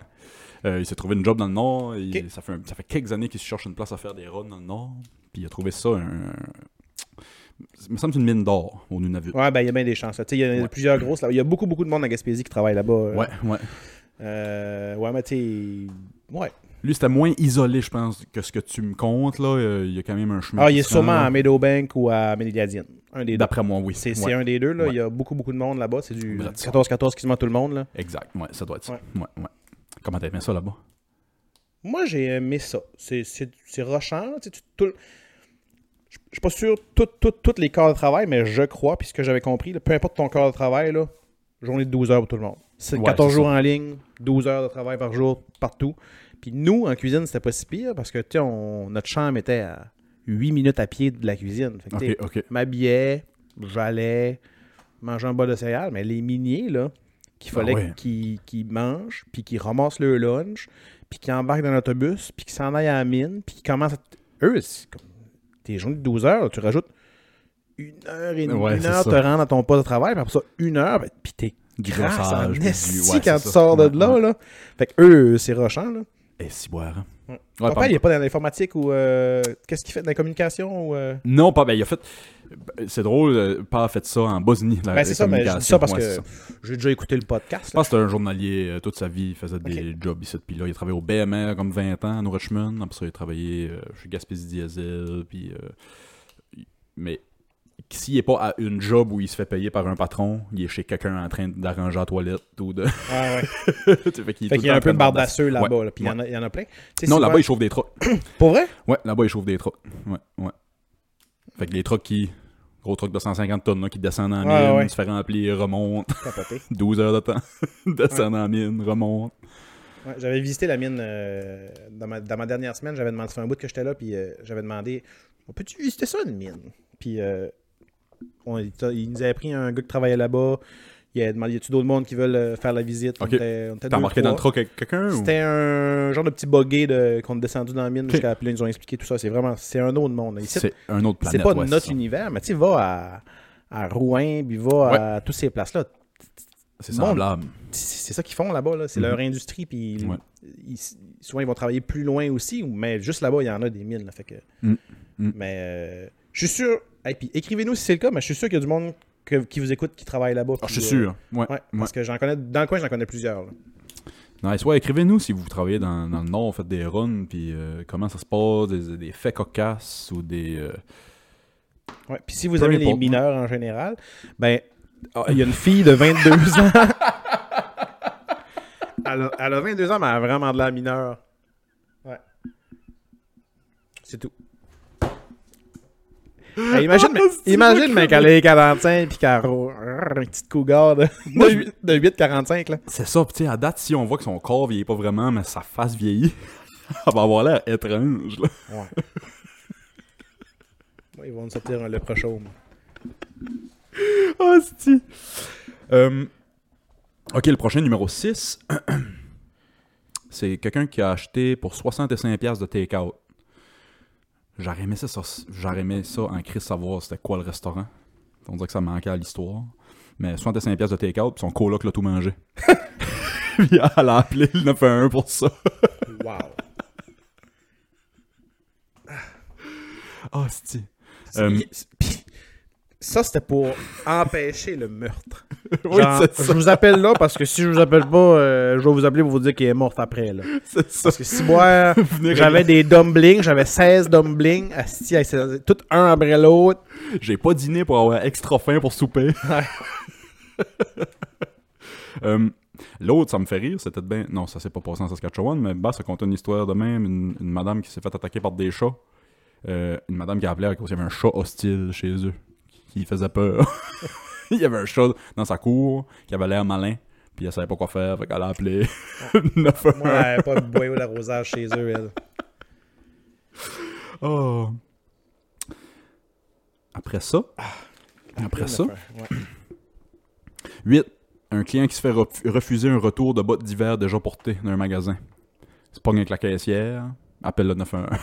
B: Euh, il s'est trouvé une job dans le Nord. et
C: Ok.
B: ça, fait un- ça fait quelques années qu'il se cherche une place à faire des runs dans le Nord. Puis il a trouvé ça un. Il me semble que c'est une mine d'or au Nunavut.
C: Ouais, ben, il y a bien des chances, là. Tu sais, il y en a
B: Ouais.
C: plusieurs grosses, là. Il y a beaucoup, beaucoup de monde en Gaspésie qui travaille là-bas. euh.
B: ouais. ouais.
C: Euh, ouais, mais tu sais. Ouais.
B: Lui, c'était moins isolé, je pense, que ce que tu me comptes. Là. Euh, il y a quand même un chemin.
C: Ah, il est
B: qui se rend,
C: sûrement
B: là.
C: à Meadowbank ou à Méladiadine. Un des deux.
B: D'après moi, oui.
C: C'est c'est
B: Ouais.
C: un des deux, là.
B: Ouais.
C: Il y a beaucoup, beaucoup de monde là-bas. C'est du
B: Brad Sarr.
C: 14-14 quasiment tout le monde, là.
B: Exact. Ouais, ça doit être ça.
C: Ouais.
B: Ouais, ouais. Comment t'as aimé ça là-bas?
C: Moi, j'ai aimé ça. C'est- C'est c'est rochant, là. Tu sais, tu- tout- Je je suis pas sûr toutes tout, toutes les corps de travail, mais je crois, puis ce que j'avais compris, là, peu importe ton corps de travail, là, journée de 12 heures pour tout le monde. C'est
B: Ouais,
C: 14
B: c'est
C: jours en ligne, 12 heures de travail par jour, partout. Puis nous, en cuisine, c'était pas si pire parce que, tu sais, on- notre chambre était à 8 minutes à pied de la cuisine. Fait que, tu sais,
B: Ok, ok.
C: m'habillais, j'allais manger un bol de céréales, mais les miniers, là, qu'il fallait
B: Ah ouais.
C: qu'ils qu'ils mangent, puis qu'ils ramassent leur lunch, puis qu'ils embarquent dans l'autobus, puis qu'ils s'en aillent à la mine, puis qu'ils commencent à... Eux, c'est comme tes journées de 12 heures, tu rajoutes une heure et demie,
B: Ouais,
C: une
B: c'est
C: heure,
B: ça.
C: te rendre à ton poste de travail, puis après ça, une heure, ben, puis t'es
B: Du
C: crasse en
B: brossage, puis du-
C: esti
B: ouais,
C: quand
B: c'est
C: tu
B: ça.
C: sors de là,
B: Ouais.
C: là. Fait que eux, c'est rochant, là.
B: Et si boire. hein.
C: Ouais.
B: Ouais,
C: Mon
B: pardon.
C: père, il n'est pas dans l'informatique ou... euh, Qu'est-ce qu'il fait dans la communication ou... euh,
B: Non, pas. Ben, il a fait. C'est drôle, euh, pas a fait ça en Bosnie. la-
C: Ben, c'est
B: la
C: ça, mais je dis ça
B: Euh, communication.
C: parce
B: Ouais, c'est
C: que
B: ça.
C: j'ai déjà écouté le podcast.
B: Je pense que c'était un journalier euh, toute sa vie, il faisait des jobs ici. Puis là, il a travaillé au BMR comme 20 ans, à New Richmond. Après ça, il a travaillé euh, chez Gaspésie Diesel. Puis, euh, il- mais s'il n'est pas à une job où il se fait payer par un patron, il est chez quelqu'un en train d'arranger la toilette ou de.
C: Ah, ouais.
B: fait qu'il est tout
C: Fait
B: le
C: qu'il y a
B: temps en
C: un peu
B: train
C: de bardasseux là-bas,
B: Ouais.
C: là, puis il y en a- il y, en a plein. Tu sais,
B: Non,
C: souvent-
B: là-bas, il chauffe des trucks.
C: Pour vrai?
B: Ouais, là-bas, ils chauffent des trucks. Ouais, ouais. Fait que les trucks qui. Gros trucks de 150 tonnes là, qui descendent en
C: Ouais,
B: mine,
C: ouais.
B: se fait remplir, remontent.
C: Capoté.
B: 12 heures de temps. descendent en mine, remontent.
C: Ouais, j'avais visité la mine euh, dans, ma, dans ma dernière semaine. J'avais demandé, ça fait un bout que j'étais là, puis euh, j'avais demandé On peut-tu visiter ça, une mine Puis euh, on, il nous avait pris un gars qui travaillait là-bas. Il a demandé Y a-tu d'autres monde qui veulent euh, faire la visite
B: Ok.
C: On était, on était
B: T'as
C: deux,
B: embarqué dans le
C: trois.
B: truck avec quelqu'un ou...
C: C'était un genre de petit buggy de, qu'on est descendu dans la mine
B: Ok.
C: jusqu'à puis là, ils nous ont expliqué tout ça. C'est vraiment, c'est un autre monde. Ici,
B: C'est un autre
C: c'est
B: planète.
C: pas
B: ouais,
C: notre
B: ça.
C: univers, mais tu sais, va à, à Rouen, puis va à toutes ces places-là.
B: C'est
C: monde.
B: semblable.
C: C'est c'est ça qu'ils font là-bas, là. c'est
B: Mhm.
C: leur industrie, puis ils-
B: Ouais.
C: ils- souvent ils vont travailler plus loin aussi, ou- mais juste là-bas, il y en a des mines. là, fait que...
B: Mhm. Mhm.
C: Mais euh, je suis sûr, et puis écrivez-nous si c'est le cas, mais je suis sûr qu'il y a du monde que- qui vous écoute qui travaille là-bas.
B: Ah, je suis
C: puis, euh,
B: sûr. Ouais.
C: ouais, Parce que j'en connais, dans le coin, j'en connais plusieurs. là.
B: Nice. Ouais, écrivez-nous si vous travaillez dans, dans le Nord, faites des runs, puis euh, comment ça se passe, des, des faits cocasses ou des... euh,
C: Ouais. Puis si vous
B: Peu
C: aimez les
B: importe.
C: mineurs en général, ben, ah, il y a une fille de 22 ans. elle, a, elle a 22 ans, mais elle a vraiment de la mineure. Ouais. C'est tout. Hey, imagine, mais, imagine, mais qu'elle est 45 puis qu'elle roule un petit cougar de, de, huit- de 8,45. là.
B: C'est ça, pis tu sais, à date, si on voit que son corps vieillit pas vraiment, mais sa face vieillit, elle va avoir l'air étrange, là.
C: Ouais. Ils vont nous sortir un lepre chaume.
B: Hostie. Euh, ok, le prochain numéro 6, c'est quelqu'un qui a acheté pour 65$ de take-out. J'aurais aimé ça, sur- j'aurais aimé ça en crise savoir c'était quoi le restaurant. On dirait que ça manquait à l'histoire. Mais 65$ de take-out, puis son coloc l'a tout mangé. Puis elle a appelé le 911 pour ça.
C: Wow.
B: Hostie.
C: Euh, Puis, ça, c'était pour empêcher le meurtre.
B: Oui,
C: Genre,
B: c'est
C: je
B: ça.
C: vous appelle là parce que si je vous appelle pas, euh, je vais vous appeler pour vous dire qu'il est mort après. Là.
B: C'est ça.
C: Parce que si moi,
B: Venez
C: j'avais des dumplings, j'avais 16 dumplings, asti, hey, c'est- tout un après l'autre.
B: J'ai pas dîné pour avoir extra faim pour souper. Euh, L'autre, ça me fait rire, c'était bien. Non, ça s'est pas passé en Saskatchewan, mais bah, ça comptait une histoire de même. Une, une madame qui s'est fait attaquer par des chats. Euh, une madame qui a appelé à cause qu'il y avait un chat hostile chez eux qui faisait peur. Il y avait un chat dans sa cour qui avait l'air malin, puis elle savait pas quoi faire, fait qu'elle a appelé le 911.
C: Moi, j'avais pas de boyau d'arrosage chez eux. elle.
B: Oh. Après ça, après ça,
C: Ouais.
B: 8. Un client qui se fait ref- refuser un retour de bottes d'hiver déjà portées d'un magasin. C'est pas avec la caissière. Appelle le 911.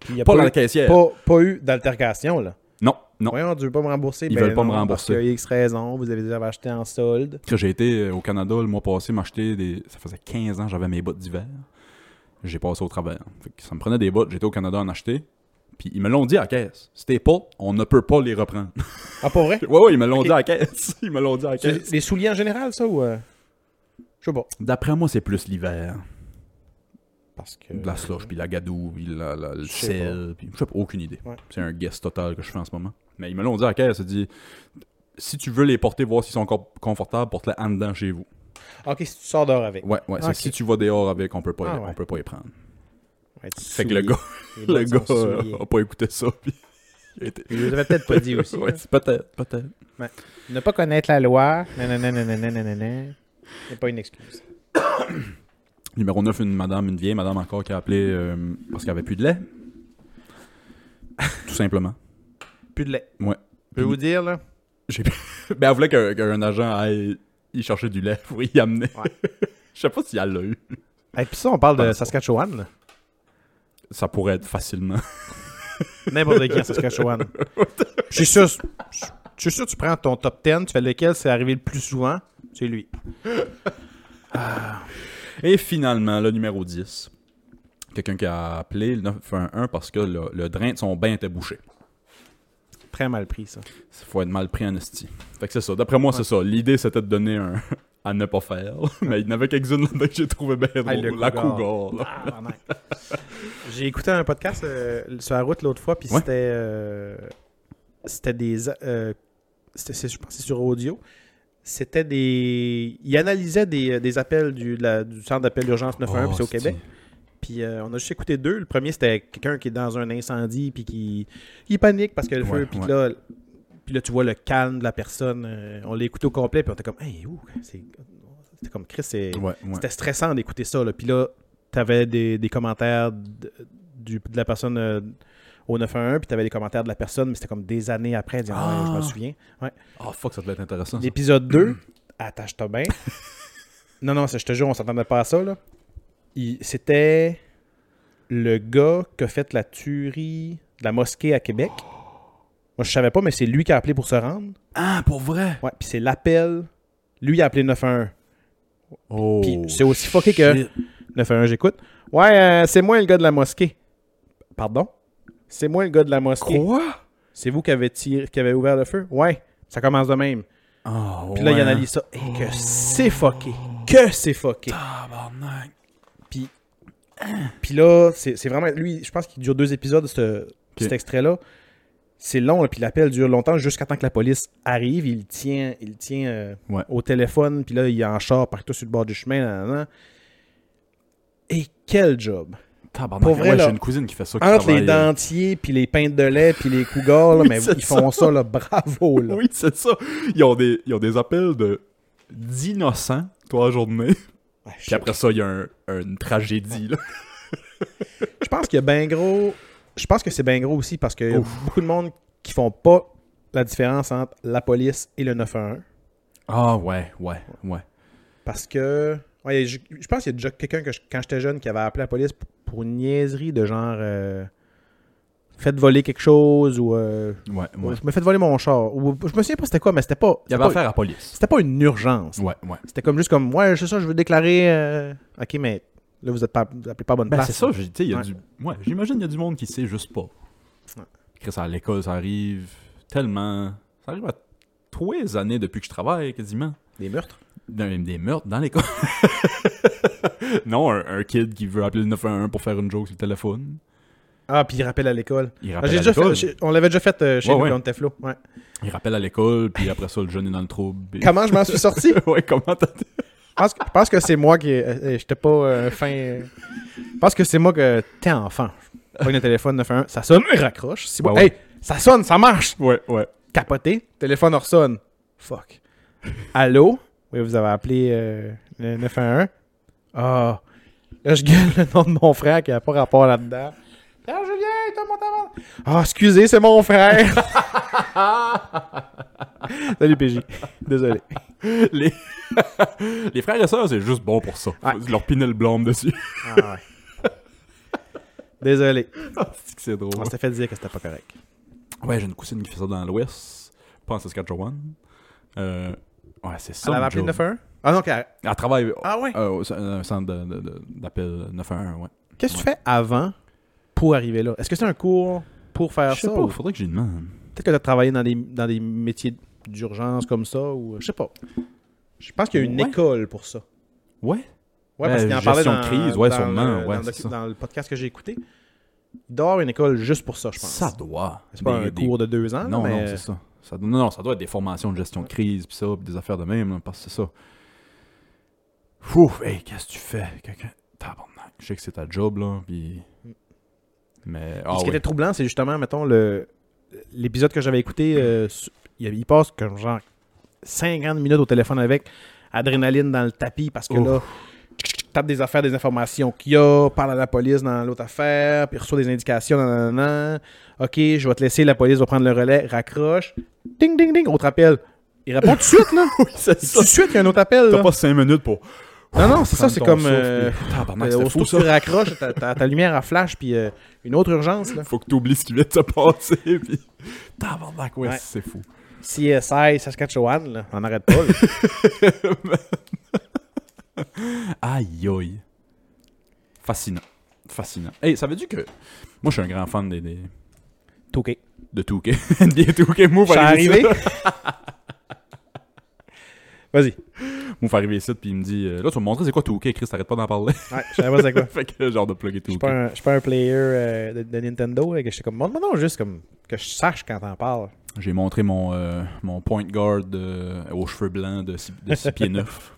C: Puis y a
B: Pas,
C: pas,
B: dans la
C: eu-
B: caissière.
C: pas, pas eu d'altercation. là.
B: Non, non.
C: Voyons, tu veux pas me rembourser.
B: Ils
C: Ben
B: veulent pas me
C: non, Parce
B: rembourser.
C: qu'il y a X raison, vous avez déjà acheté en solde.
B: Que J'ai été euh, au Canada le mois passé m'acheter des. Ça faisait 15 ans que j'avais mes bottes d'hiver. J'ai passé au travers. Fait que ça me prenait des bottes. J'étais au Canada en acheter. Puis ils me l'ont dit à la caisse. C'était pas, on ne peut pas les reprendre.
C: Ah, pas vrai?
B: ouais, ouais, ils me l'ont dit à la caisse. Ils me l'ont dit à la
C: C'est-
B: caisse.
C: Les souliers en général, ça, ou... euh, Je sais pas.
B: D'après moi, c'est plus l'hiver.
C: Parce que...
B: De la slush, puis la gadoue, puis la, la- le
C: Euh, Je sais pas.
B: sel, puis je sais pas, aucune idée.
C: Ouais.
B: C'est un guess total que je fais en ce moment. Mais ils me l'ont dit à la caisse, ils ont dit si tu veux les porter, voir s'ils sont encore confortables, porte-les en dedans chez vous.
C: Ah, Ok, si tu sors dehors avec.
B: Ouais, ouais. c'est
C: Ok.
B: Si tu vas dehors avec, on peut pas,
C: Ah
B: on
C: ouais.
B: peut pas les prendre.
C: Ouais, tu
B: Fait que le
C: souliers.
B: gars,
C: Les
B: le
C: bottes sont
B: gars euh,
C: souliées.
B: a pas écouté ça, puis il a été-
C: Il les avait peut-être pas dit aussi. hein.
B: Ouais,
C: là.
B: c'est peut-être, peut-être.
C: Ne pas connaître la loi, nanana, nanana, nanana, n'est pas une excuse.
B: Numéro 9, une madame, une vieille madame encore qui a appelé euh, parce qu'elle avait plus de lait. Tout simplement.
C: Plus de lait.
B: Ouais.
C: Je peux vous dire, là,
B: J'ai... ben, elle voulait qu'un, qu'un agent aille y chercher du lait pour y amener.
C: Ouais.
B: Je sais pas si elle l'a eu.
C: Et puis ça, on parle de
B: Pardon.
C: Saskatchewan. là.
B: Ça pourrait être facilement.
C: N'importe qui en Saskatchewan. Je suis sûr, je suis sûr que tu prends ton top 10, tu fais lequel c'est arrivé le plus souvent, c'est lui.
B: Et finalement, le numéro 10. Quelqu'un qui a appelé le 911 parce que le, le drain de son bain était bouché.
C: Très mal pris, ça.
B: faut être mal pris en esti. Fait que c'est ça. D'après moi, c'est ça. L'idée, c'était de donner un à ne pas faire. Mais il y en avait quelques-unes là-dedans que j'ai trouvé bien drôle.
C: Hey, Ah, le
B: la
C: cougar.
B: cougar. là.
C: Tabarnak. J'ai écouté un podcast euh, sur la route l'autre fois, puis
B: Ouais.
C: c'était. euh, c'était des. euh, c'était, c'est- je pense que c'est sur audio. C'était des. Ils analysaient des, euh, des appels du, de la- du centre d'appel d'urgence 911, puis c'est au
B: Oh, c'est-
C: Québec. Puis euh, on a juste écouté deux. Le premier, c'était quelqu'un qui est dans un incendie, puis qui il panique parce que le feu,
B: Ouais,
C: puis
B: ouais.
C: là. Puis là, tu vois le calme de la personne. euh, on l'a écouté au complet, puis on était comme, hey, ouh, c'est- c'était comme Chris, c'est,
B: Ouais, ouais.
C: c'était stressant d'écouter ça. Là. Puis là, t'avais des, des commentaires de, du- de la personne euh, au 911, puis t'avais des commentaires de la personne, mais c'était comme des années après. disant,
B: Ah!
C: Ouais, je me souviens. Ouais.
B: Ah, fuck, ça devait être intéressant. ça.
C: L'épisode 2, attache-toi bien. non, non, c'est- je te jure, on s'attendait pas à ça. Là. Il- c'était le gars qui a fait la tuerie de la mosquée à Québec. Moi, je savais pas, mais c'est lui qui a appelé pour se rendre.
B: Ah, pour vrai?
C: Ouais, puis c'est l'appel. Lui, il a appelé 911.
B: Oh,
C: Puis c'est aussi fucké que- 911, j'écoute. Ouais, euh, c'est moi le gars de la mosquée. Pardon? C'est moi le gars de la mosquée.
B: Quoi?
C: C'est vous qui avez, tiré, qui avez ouvert le feu? Ouais, ça commence de même.
B: Oh,
C: Puis là, il analyse ça. Et que c'est fucké. Que c'est fucké.
B: Tabarnak.
C: Puis, puis là, c'est c'est vraiment. Lui, je pense qu'il dure deux épisodes, ce- cet extrait-là. C'est long, là, puis l'appel dure longtemps jusqu'à temps que la police arrive. Il tient, il tient euh,
B: Ouais.
C: au téléphone, puis là, il est en char partout sur le bord du chemin. nan, nan, nan. Et quel job!
B: Tabarnak.
C: Pour vrai,
B: ouais,
C: là,
B: j'ai une cousine qui fait ça. qui
C: Entre les
B: travaille, euh,
C: dentiers, puis les peintes de lait, puis les cougars, là,
B: Oui,
C: mais
B: c'est
C: ils font ça, là, bravo, là.
B: Oui, c'est ça. Ils ont des, ils ont des appels de d'innocents, toi, la journée.
C: Ouais,
B: Puis après ça, il y a un- une tragédie, là.
C: Je pense qu'il y a ben gros... Je pense que c'est ben gros aussi, parce qu'il y a beaucoup de monde qui font pas la différence entre la police et le 911,
B: Ah, ouais, ouais, ouais.
C: parce que... ouais, je, je pense qu'il y a déjà quelqu'un, que je- quand j'étais jeune, qui avait appelé la police pour, pour une niaiserie de genre... euh, Faites voler quelque chose, ou... euh,
B: Ouais, ouais.
C: Je me fais voler mon char. Ou, je me souviens pas c'était quoi, mais c'était
B: Il
C: pas...
B: y
C: C'était
B: avait affaire
C: pas,
B: à la police.
C: c'était pas une urgence.
B: Ouais, ouais.
C: C'était comme juste comme ouais, c'est ça, je veux déclarer. euh, Ok, mais là vous êtes pas, vous appelez pas à bonne
B: Ben,
C: place.
B: c'est ça, j'ai- tu sais, il y a
C: Ouais.
B: du. Ouais, j'imagine qu'il y a du monde qui sait juste pas.
C: Ouais.
B: Chris, à l'école, ça arrive tellement. Ça arrive à trois années depuis que je travaille, quasiment.
C: Des meurtres.
B: Dans- des meurtres dans l'école. non, un, un kid qui veut appeler le 911 pour faire une joke sur le téléphone.
C: Ah, puis il rappelle à l'école.
B: Il
C: Ah,
B: rappelle
C: j'ai
B: à
C: déjà fait-
B: l'école.
C: j'ai- on l'avait déjà fait euh, chez
B: Ouais,
C: nous
B: ouais.
C: quand on était flou. Ouais.
B: Il rappelle à l'école, puis après ça, le jeune est dans le trouble. et-
C: Comment je m'en suis sorti Je
B: ouais, comment t'as.
C: pense que, je pense que c'est moi qui. euh, euh, J'étais pas euh, fin. euh, Je pense que c'est moi que. T'es enfant. Je Pogne le téléphone 911. Ça sonne, il raccroche. C'est bon.
B: Ouais, ouais.
C: Hey, ça sonne, ça marche.
B: Ouais, ouais.
C: Capoté. Téléphone ressonne. Fuck. Allô Oui, vous avez appelé euh, le 911. Ah. Là, je gueule le nom de mon frère qui n'a pas rapport là-dedans. Ah, Julien, t'as mon talent. Ah, excusez, c'est mon frère. Salut, PJ. Désolé.
B: Les... Les frères et sœurs, c'est juste bon pour ça.
C: Ouais.
B: Leur pinel blanc dessus.
C: Ah, ouais. Désolé.
B: Ah, C'est que c'est drôle.
C: On s'était fait dire que c'était pas correct.
B: Ouais, j'ai une cousine qui fait ça dans l'Ouest, pas en Saskatchewan. Euh, ouais, c'est ça.
C: Elle
B: le
C: avait appelé
B: job.
C: le 911? Ah non, qu'elle-
B: Elle travaille
C: Ah ouais?
B: euh, au ce- euh, un centre de- de- de- d'appel 911, ouais.
C: Qu'est-ce que tu fais avant pour arriver là? Est-ce que c'est un cours pour faire
B: Je sais
C: ça?
B: pas,
C: ou-
B: faudrait que j'y demande.
C: Peut-être que tu as travaillé dans des, dans des métiers d'urgence comme ça ou euh, je sais pas. Je pense qu'il y a une
B: Ouais.
C: école pour ça.
B: Ouais?
C: Ouais,
B: Ben,
C: parce qu'il en parlait
B: gestion
C: dans,
B: de crise, ouais,
C: dans
B: sûrement,
C: le,
B: ouais,
C: dans, le,
B: c'est ça.
C: dans le podcast que j'ai écouté. Il dort une école juste pour ça, je pense.
B: Ça doit. Ben,
C: c'est pas
B: Des-
C: un
B: des-
C: cours de deux ans,
B: Non,
C: mais
B: non, c'est ça. ça. doit- Non, non, ça doit être des formations de gestion de crise, pis ça, pis des affaires de même, là, parce que c'est ça. Fou, hey, qu'est-ce que tu fais? Quelqu'un. Tabarnak. Je sais que c'est ta job, là, pis. Mais.
C: Puis
B: Ah,
C: ce qui
B: ouais.
C: était troublant, c'est justement, mettons, le l'épisode que j'avais écouté, euh, su- il, il passe comme genre 50 minutes au téléphone avec adrénaline dans le tapis parce que
B: Ouf.
C: là, tape des affaires, des informations qu'il y a, parle à la police dans l'autre affaire, puis reçoit des indications, nanana. OK, je vais te laisser, la police va prendre le relais, raccroche. Ding, ding, ding, autre appel. Il répond tout de suite, là.
B: Oui, c'est
C: Tout de suite, il y a un autre appel.
B: T'as
C: là.
B: pas 5 minutes pour.
C: Non, non, c'est ça, c'est
B: Prendre
C: comme.
B: ton
C: Euh,
B: souffle, puis- Tabarnak,
C: euh,
B: c'était
C: aussitôt
B: fou
C: que
B: ça.
C: tu raccroches, ta, ta- ta lumière à flash, puis euh, une autre urgence, là.
B: Faut que t'oublies ce qui vient de se passer. Puis... Tabarnak, ouais,
C: Ouais.
B: c'est fou.
C: CSI Saskatchewan, là. On n'arrête pas, là.
B: Aïe, aïe. Fascinant. Fascinant. Hey, savais-tu que. Moi, je suis un grand fan des. des-
C: Tout OK.
B: De 2K. NBA 2K Move
C: Je suis
B: arrive
C: arrivé.
B: ici.
C: Vas-y.
B: Move arrive ici, puis il me dit euh, Là, tu vas me montrer c'est quoi 2K, Chris, t'arrêtes pas d'en parler.
C: Ouais, je savais pas c'est quoi.
B: fait que genre de plugger
C: Je suis
B: 2K.
C: pas, un- je suis pas un player euh, de, de Nintendo, là, que j'étais comme. Montre-moi non, juste comme. Que je sache quand t'en parles.
B: J'ai montré mon, euh, mon point guard euh, aux cheveux blancs de 6, pieds 9.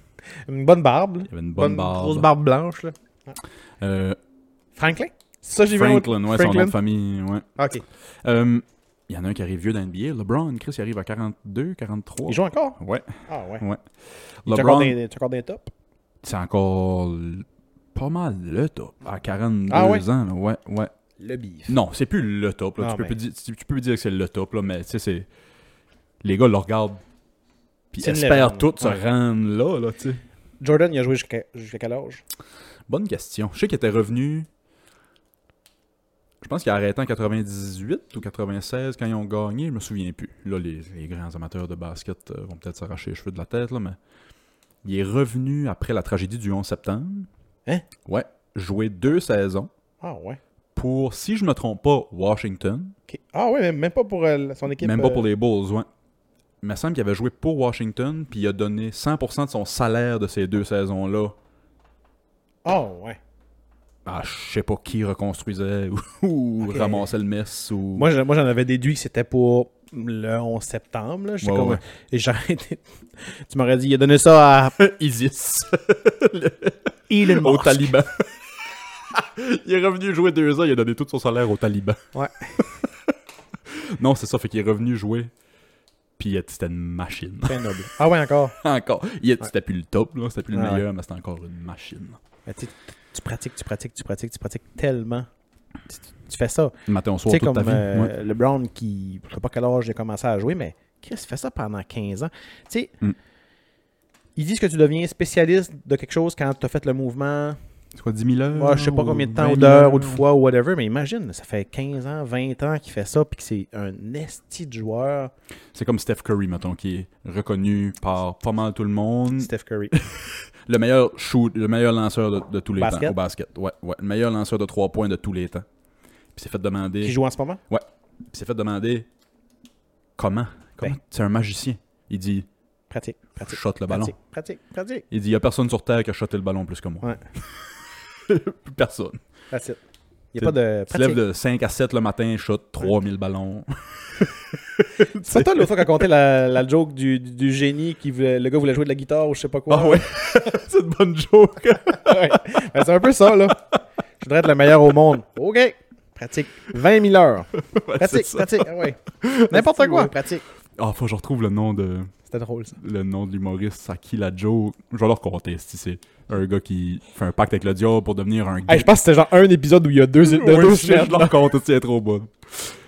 C: Une bonne barbe, là.
B: Il avait une bonne, barbe.
C: grosse barbe blanche, là.
B: Euh,
C: Franklin C'est ça, j'ai vu. un autre-
B: Franklin, ouais, son nom de famille. Ouais.
C: Ok.
B: Euh, Il y en a un qui arrive vieux dans NBA. LeBron, Chris, il arrive à 42, 43.
C: Il joue encore
B: Ouais.
C: Ah, ouais. Tu as encore
B: LeBron,
C: des, t'as encore des tops
B: c'est encore l- pas mal le top. À 42
C: Ah ouais?
B: ans, là, ouais, ouais.
C: Le bif.
B: Non, c'est plus le top. là.
C: Ah
B: tu, peux
C: ben.
B: plus dire, tu tu peux plus dire que c'est le top, là, mais tu sais, c'est. Les gars le regardent. Puis
C: C'est une
B: espèrent
C: légende,
B: tous se
C: ouais.
B: rendre là, là, tu sais.
C: Jordan, il a joué jusqu'à jusqu'à quel âge
B: Bonne question. Je sais qu'il était revenu. Je pense qu'il a arrêté en 98 ou 96 quand ils ont gagné. Je me souviens plus. Là, les, les grands amateurs de basket euh, vont peut-être s'arracher les cheveux de la tête, là, mais il est revenu après la tragédie du 11 septembre.
C: Hein?
B: Ouais. Jouer deux saisons
C: Ah, ouais.
B: pour, si je me trompe pas, Washington.
C: Ok. Ah, ouais, même, même pas pour euh, son équipe.
B: Même pas
C: euh,
B: pour les Bulls, ouais. Il me semble qu'il avait joué pour Washington, puis il a donné 100% de son salaire de ces deux saisons-là
C: Ah, ouais.
B: Ah, je sais pas qui reconstruisait ou, ou
C: Ok.
B: ramassait le mess ou.
C: Moi, je- moi, j'en avais déduit que c'était pour le 11 septembre. Là. J'étais
B: Ouais,
C: comme,
B: ouais.
C: Et j'ai arrêté. Tu m'aurais dit, il a donné ça à
B: Isis
C: Elon
B: au
C: Musk.
B: Taliban. il est revenu jouer deux ans, il a donné tout son salaire au Taliban.
C: Ouais.
B: non, c'est ça, fait qu'il est revenu jouer. Puis il- c'était une machine.
C: Très noble. Ah, ouais, encore.
B: encore. Il- C'était plus le top, là, c'était plus le
C: Ouais,
B: meilleur, mais c'était encore une machine.
C: Mais tu sais, tu pratiques, tu pratiques, tu pratiques, tu pratiques tellement. Tu, tu fais ça.
B: Le matin au
C: Tu
B: soir,
C: sais,
B: toute
C: comme
B: ta vie.
C: euh,
B: ouais.
C: LeBron qui, je sais pas quel âge il a commencé à jouer, mais Chris fait ça pendant 15 ans. Tu sais,
B: Mm.
C: ils disent que tu deviens spécialiste de quelque chose quand tu as fait le mouvement,
B: C'est quoi, 10 000 heures
C: moi, je sais pas
B: ou
C: combien de
B: 20
C: temps, ou
B: 000
C: d'heures,
B: heures?
C: ou de fois, ou whatever, mais imagine, ça fait 15 ans, 20 ans qu'il fait ça, puis que c'est un esti de joueur,
B: C'est comme Steph Curry, mettons, qui est reconnu par pas mal tout le monde.
C: Steph Curry.
B: Le meilleur shoot, le meilleur lanceur de, de tous les
C: Basket?
B: temps au basket. Ouais, ouais. Le meilleur lanceur de trois points de tous les temps. Puis s'est fait demander.
C: qui joue en ce moment?
B: puis s'est fait demander comment. Comment
C: Ben.
B: c'est un magicien. Il dit
C: Pratique,
B: je
C: pratique,
B: shot le ballon.
C: pratique, pratique, pratique.
B: Il dit y a personne sur terre qui a shoté le ballon plus que moi. personne.
C: That's it. Il
B: Tu-
C: n'y a pas de
B: Tu te lèves
C: pratique.
B: de 5 à 7 le matin, shot 3000 ballons.
C: C'est pas toi l'autre fois qui a compté la, la joke du, du- du génie qui voulait- le gars voulait jouer de la guitare ou je sais pas quoi.
B: Ah ouais. c'est une bonne joke.
C: Ouais. Ben, c'est un peu ça, là. Je voudrais être le meilleur au monde. OK. Pratique. 20 000 heures.
B: c'est
C: Pratique,
B: ça.
C: pratique. Ah ouais. N'importe
B: Ouais.
C: quoi. Pratique.
B: Ah, faut que je retrouve le nom de.
C: C'était drôle, ça.
B: le nom de l'humoriste, à qui la Joe. Je vais leur compter si c'est un gars qui fait un pacte avec le diable pour devenir un gay.
C: Hey, je pense que c'était genre un épisode où il y a deux, de
B: Oui,
C: deux
B: je- je
C: semaines.
B: leur compte, c'est trop bon.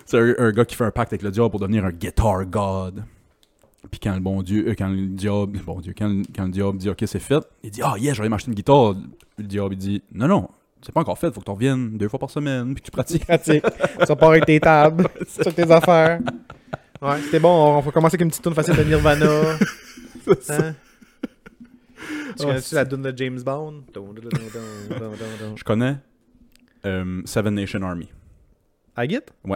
B: C'est un, un gars qui fait un pacte avec le diable pour devenir un guitar god. Puis quand le bon Dieu, euh, quand le diable, bon Dieu, quand, le- quand le diable dit ok c'est fait, il dit ah yeah je vais aller m'acheter une guitare. Le diable il dit non non c'est pas encore fait, faut que tu reviennes deux fois par semaine puis que tu pratiques.
C: pratique. Ça part avec tes tables, sur tes affaires. Ouais, c'était bon. On va commencer avec une petite tune facile de Nirvana. Hein? Tu
B: Oh,
C: connais-tu
B: c'est-
C: la tune de James Bond?
B: Je connais euh, Seven Nation Army.
C: I get?
B: C'est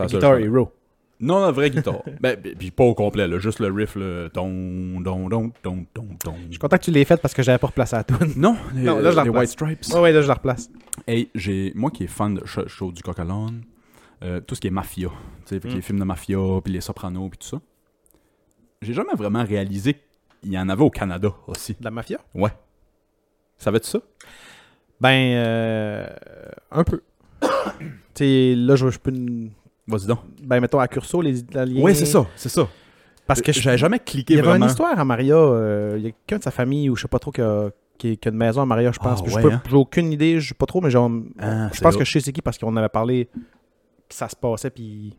B: la seule
C: Guitar
B: que je connais.
C: Hero.
B: Non, la vraie guitare. ben, puis puis pas au complet, là, juste le riff, le ton, don, don, don, don, don.
C: Je suis content que tu l'aies faite parce que j'avais pas replacé la tune.
B: Non, les,
C: Non, là, je la
B: les White
C: replace.
B: Stripes.
C: Ouais, ouais, là, je la replace.
B: Hey, j'ai, moi qui est fan de sh- show du coq à l'âne, euh, tout ce qui est mafia, tu sais, fait que
C: Mm.
B: les films de mafia, puis les sopranos, puis tout ça, j'ai jamais vraiment réalisé qu'il y en avait au Canada aussi.
C: De la mafia?
B: Ouais. Savais-tu ça?
C: Ben, euh, un peu. tu sais, là, je, je peux. n-
B: Vas-y donc.
C: Ben, mettons à Curso, les Italiens.
B: Oui, c'est ça, c'est ça.
C: Parce que je-
B: Euh, j'avais jamais cliqué
C: Il y avait
B: vraiment.
C: une histoire à Maria. euh, Il y a quelqu'un de sa famille ou je sais pas trop qui a, qui, qui a une maison à Maria, je pense.
B: Ah,
C: Puis
B: ouais,
C: je peux-
B: hein?
C: J'ai aucune idée, je sais pas trop, mais genre,
B: Ah,
C: je
B: c'est
C: pense
B: hot.
C: que je sais c'est qui parce qu'on avait parlé que ça se passait, puis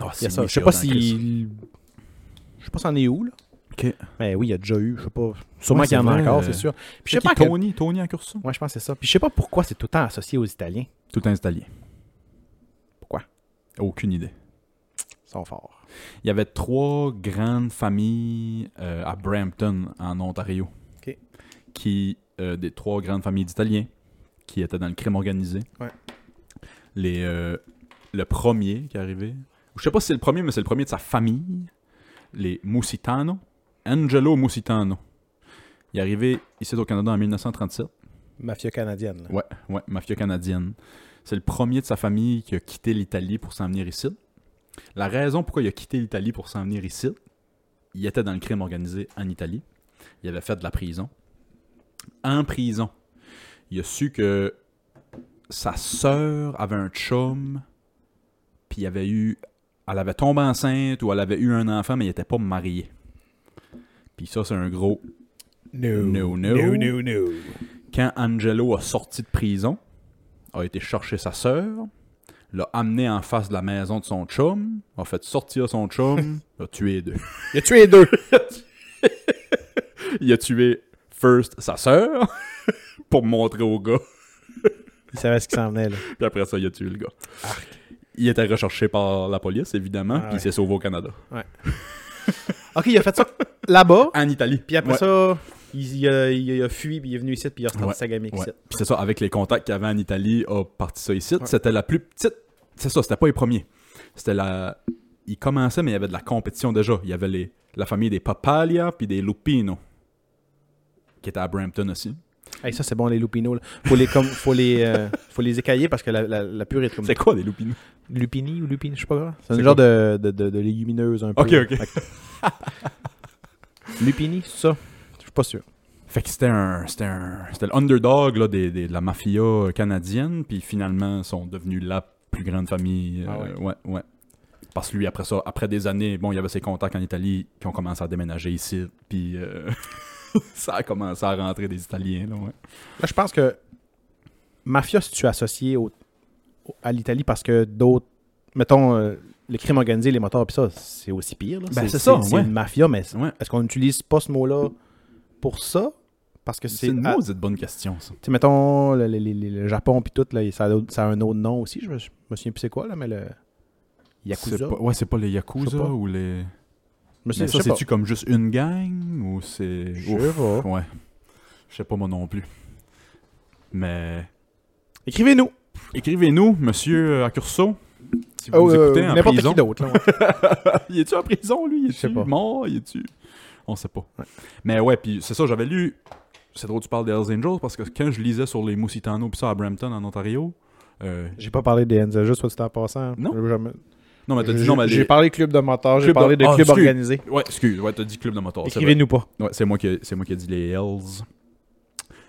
B: Ah,
C: il y
B: c'est
C: a ça.
B: lui,
C: Je sais
B: c'est
C: pas
B: hot en crise.
C: si. Je sais pas si en est où, là.
B: Ok.
C: Mais oui, il y a déjà eu, je sais pas. Sûrement
B: Ouais,
C: qu'il y en a
B: c'est vrai,
C: encore,
B: euh,
C: c'est sûr. Puis je
B: C'est
C: sais
B: qui,
C: pas. à quel-
B: Tony, Tony en cursus.
C: Ouais, je pense que c'est ça. Puis je sais pas pourquoi c'est tout le temps associé aux Italiens.
B: Tout installé.
C: Pourquoi?
B: Aucune idée.
C: Ils sont forts.
B: Il y avait trois grandes familles euh, à Brampton, en Ontario.
C: Ok.
B: Qui, euh, des trois grandes familles d'Italiens qui étaient dans le crime organisé.
C: Ouais.
B: Les, euh, le premier qui est arrivé, je sais pas si c'est le premier, mais c'est le premier de sa famille, les Musitano, Angelo Musitano. Il est arrivé ici au Canada en 1937.
C: Mafia canadienne, là.
B: Ouais, ouais, mafia canadienne. C'est le premier de sa famille qui a quitté l'Italie pour s'en venir ici. La raison pourquoi il a quitté l'Italie pour s'en venir ici, il était dans le crime organisé en Italie. Il avait fait de la prison. En prison, il a su que sa sœur avait un chum, puis il avait eu, elle avait tombé enceinte ou elle avait eu un enfant, mais il n'était pas marié. Puis ça, c'est un gros No, no.
C: no.
B: quand Angelo a sorti de prison, a été chercher sa sœur, l'a amené en face de la maison de son chum, a fait sortir son chum, l'a tué deux.
C: Il a tué deux.
B: Il a tué first sa sœur pour montrer au gars,
C: Il savait ce qui s'en venait, là.
B: puis après ça, il a tué le gars. Il était recherché par la police, évidemment,
C: Ah
B: puis
C: ouais.
B: il s'est sauvé au Canada.
C: Ok, il a fait ça là-bas.
B: En Italie.
C: Puis après
B: Ouais.
C: ça, il, il a, il a- il a fui, puis il est venu ici, puis il a ressorti
B: Ouais,
C: sa gamique
B: Ouais.
C: ici.
B: Puis c'est ça, avec les contacts qu'il y avait en Italie, a parti ça ici.
C: Ouais.
B: C'était la plus petite. C'est ça, c'était pas les premiers. C'était la. Il commençait, mais il y avait de la compétition déjà. Il y avait les... la famille des Papalia puis des Lupino, qui était à Brampton aussi.
C: Hey, ça, c'est bon, les lupinos. là. Faut les, comme, faut les, euh, faut les écailler parce que la, la, la pure est comme.
B: C'est quoi des Lupino
C: Lupini ou lupine, je sais pas quoi. C'est
B: C'est
C: un
B: quoi?
C: genre de, de, de, de légumineuse un peu.
B: Ok, ok.
C: Fait que- Lupini, c'est ça. Je suis pas sûr.
B: Fait que c'était un. C'était un. C'était le underdog là, des, des- de la mafia canadienne, puis finalement, ils sont devenus la plus grande famille. euh,
C: Ah ouais.
B: ouais, ouais. Parce que lui, après ça, après des années, bon, il y avait ses contacts en Italie qui ont commencé à déménager ici, puis euh, ça a commencé à rentrer des Italiens, là, ouais.
C: Là, je pense que mafia, si tu es associé au- au- à l'Italie parce que d'autres. Mettons, euh, le crime organisé, les moteurs, puis ça, c'est aussi pire. là.
B: Ben, c'est ça,
C: C'est
B: ouais.
C: une mafia, mais c'est-
B: Ouais.
C: est-ce qu'on n'utilise pas ce mot-là pour ça Parce que
B: C'est
C: c'est.
B: une
C: à-
B: maudite bonne question, ça.
C: Tu sais, mettons, le, le- le- le- le Japon puis tout, là, ça, a, d'autres- ça a un autre nom aussi. Je me, je me souviens plus c'est quoi, là, mais le. Yakuza.
B: C'est pas- ouais, c'est pas les
C: Je sais
B: Yakuza
C: pas.
B: ou les.
C: Je me
B: Mais
C: souviens,
B: ça,
C: je sais pas.
B: c'est-tu comme juste une gang ou c'est.
C: Je
B: Ouf,
C: sais pas.
B: Ouais. Je sais pas moi non plus. Mais.
C: Écrivez-nous.
B: Écrivez-nous, monsieur euh, Accurso. Si vous
C: Oh,
B: nous
C: euh,
B: écoutez en
C: N'importe
B: prison.
C: qui d'autre. là, ouais.
B: Il est-tu en prison, lui? Il
C: Je sais
B: est-tu
C: pas.
B: mort? Il est-tu... On sait pas.
C: Ouais.
B: Mais ouais, puis c'est ça, j'avais lu... C'est drôle que tu parles des Hells Angels, parce que quand je lisais sur les Moussitanos pis ça à Brampton, en Ontario... euh,
C: J'ai pas parlé des NZ, juste soit dit en passant.
B: Non.
C: J'ai hein. jamais-
B: Non, mais t'as dit
C: J'ai
B: non, mais... les-
C: Euh, j'ai parlé club de motards, j'ai
B: Club de-
C: parlé de
B: Ah,
C: club
B: excuse.
C: organisé.
B: Ouais, excuse, ouais, t'as dit club de motards. c'est vrai.
C: Écrivez-nous pas.
B: Ouais, c'est moi, qui- c'est moi qui ai dit les Hells.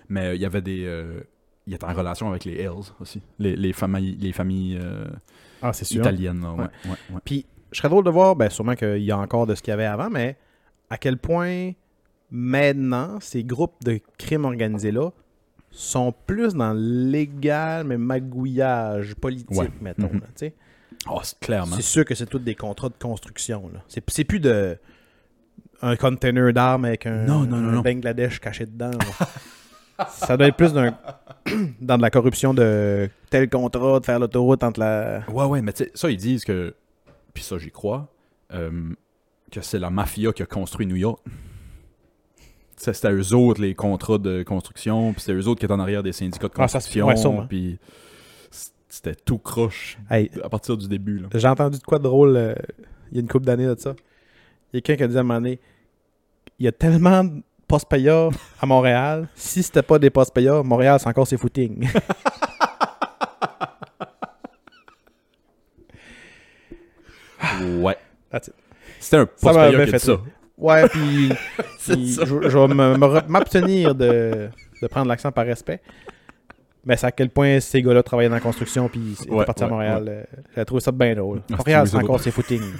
B: Mais euh, il y avait des... euh, Il était en relation avec les Hells aussi. Les, les familles, les familles euh,
C: Ah, c'est sûr.
B: italiennes, là, ouais,
C: Ouais.
B: ouais, ouais.
C: Puis, je serais drôle de voir, ben, sûrement qu'il y a encore de ce qu'il y avait avant, mais à quel point maintenant ces groupes de crimes organisés-là sont plus dans le légal, mais magouillage politique,
B: Ouais.
C: mettons.
B: Mhm.
C: là, tu sais.
B: Ah, c'est clairement.
C: C'est sûr que c'est tous des contrats de construction. là. C'est c'est plus de un container d'armes avec un,
B: Non, non, non,
C: un
B: non.
C: Bangladesh caché dedans. là. ça doit être plus d'un dans de la corruption de tel contrat, de faire l'autoroute entre la.
B: Ouais, ouais, mais tu sais, ça, ils disent que. Puis ça, j'y crois. euh, que c'est la mafia qui a construit New York. Ça, C'était eux autres les contrats de construction, puis c'était eux autres qui étaient en arrière des syndicats de
C: Ah, ça se-
B: construction,
C: ouais, sûrement.
B: puis c- c'était tout croche
C: Hey,
B: à partir du début. Là.
C: J'ai entendu de quoi de drôle euh, il y a une couple d'années de ça. Il y a quelqu'un qui a dit à un moment donné il y a tellement de postes payeurs à Montréal, si c'était pas des postes payeurs, Montréal, c'est encore ses footings.
B: Ouais.
C: Ah. That's it.
B: C'était un
C: Ça
B: post
C: m'avait
B: payeur qui a
C: fait
B: dit ça.
C: Ouais, puis puis
B: ça.
C: je, je vais me- me re- m'abstenir de, de prendre l'accent par respect. Mais c'est à quel point ces gars-là travaillaient dans la construction puis ils
B: Ouais,
C: étaient partis à
B: ouais,
C: Montréal. euh, J'ai trouvé ça bien drôle.
B: Ah,
C: Montréal,
B: c'est
C: c'est encore
B: drôle.
C: ses footings.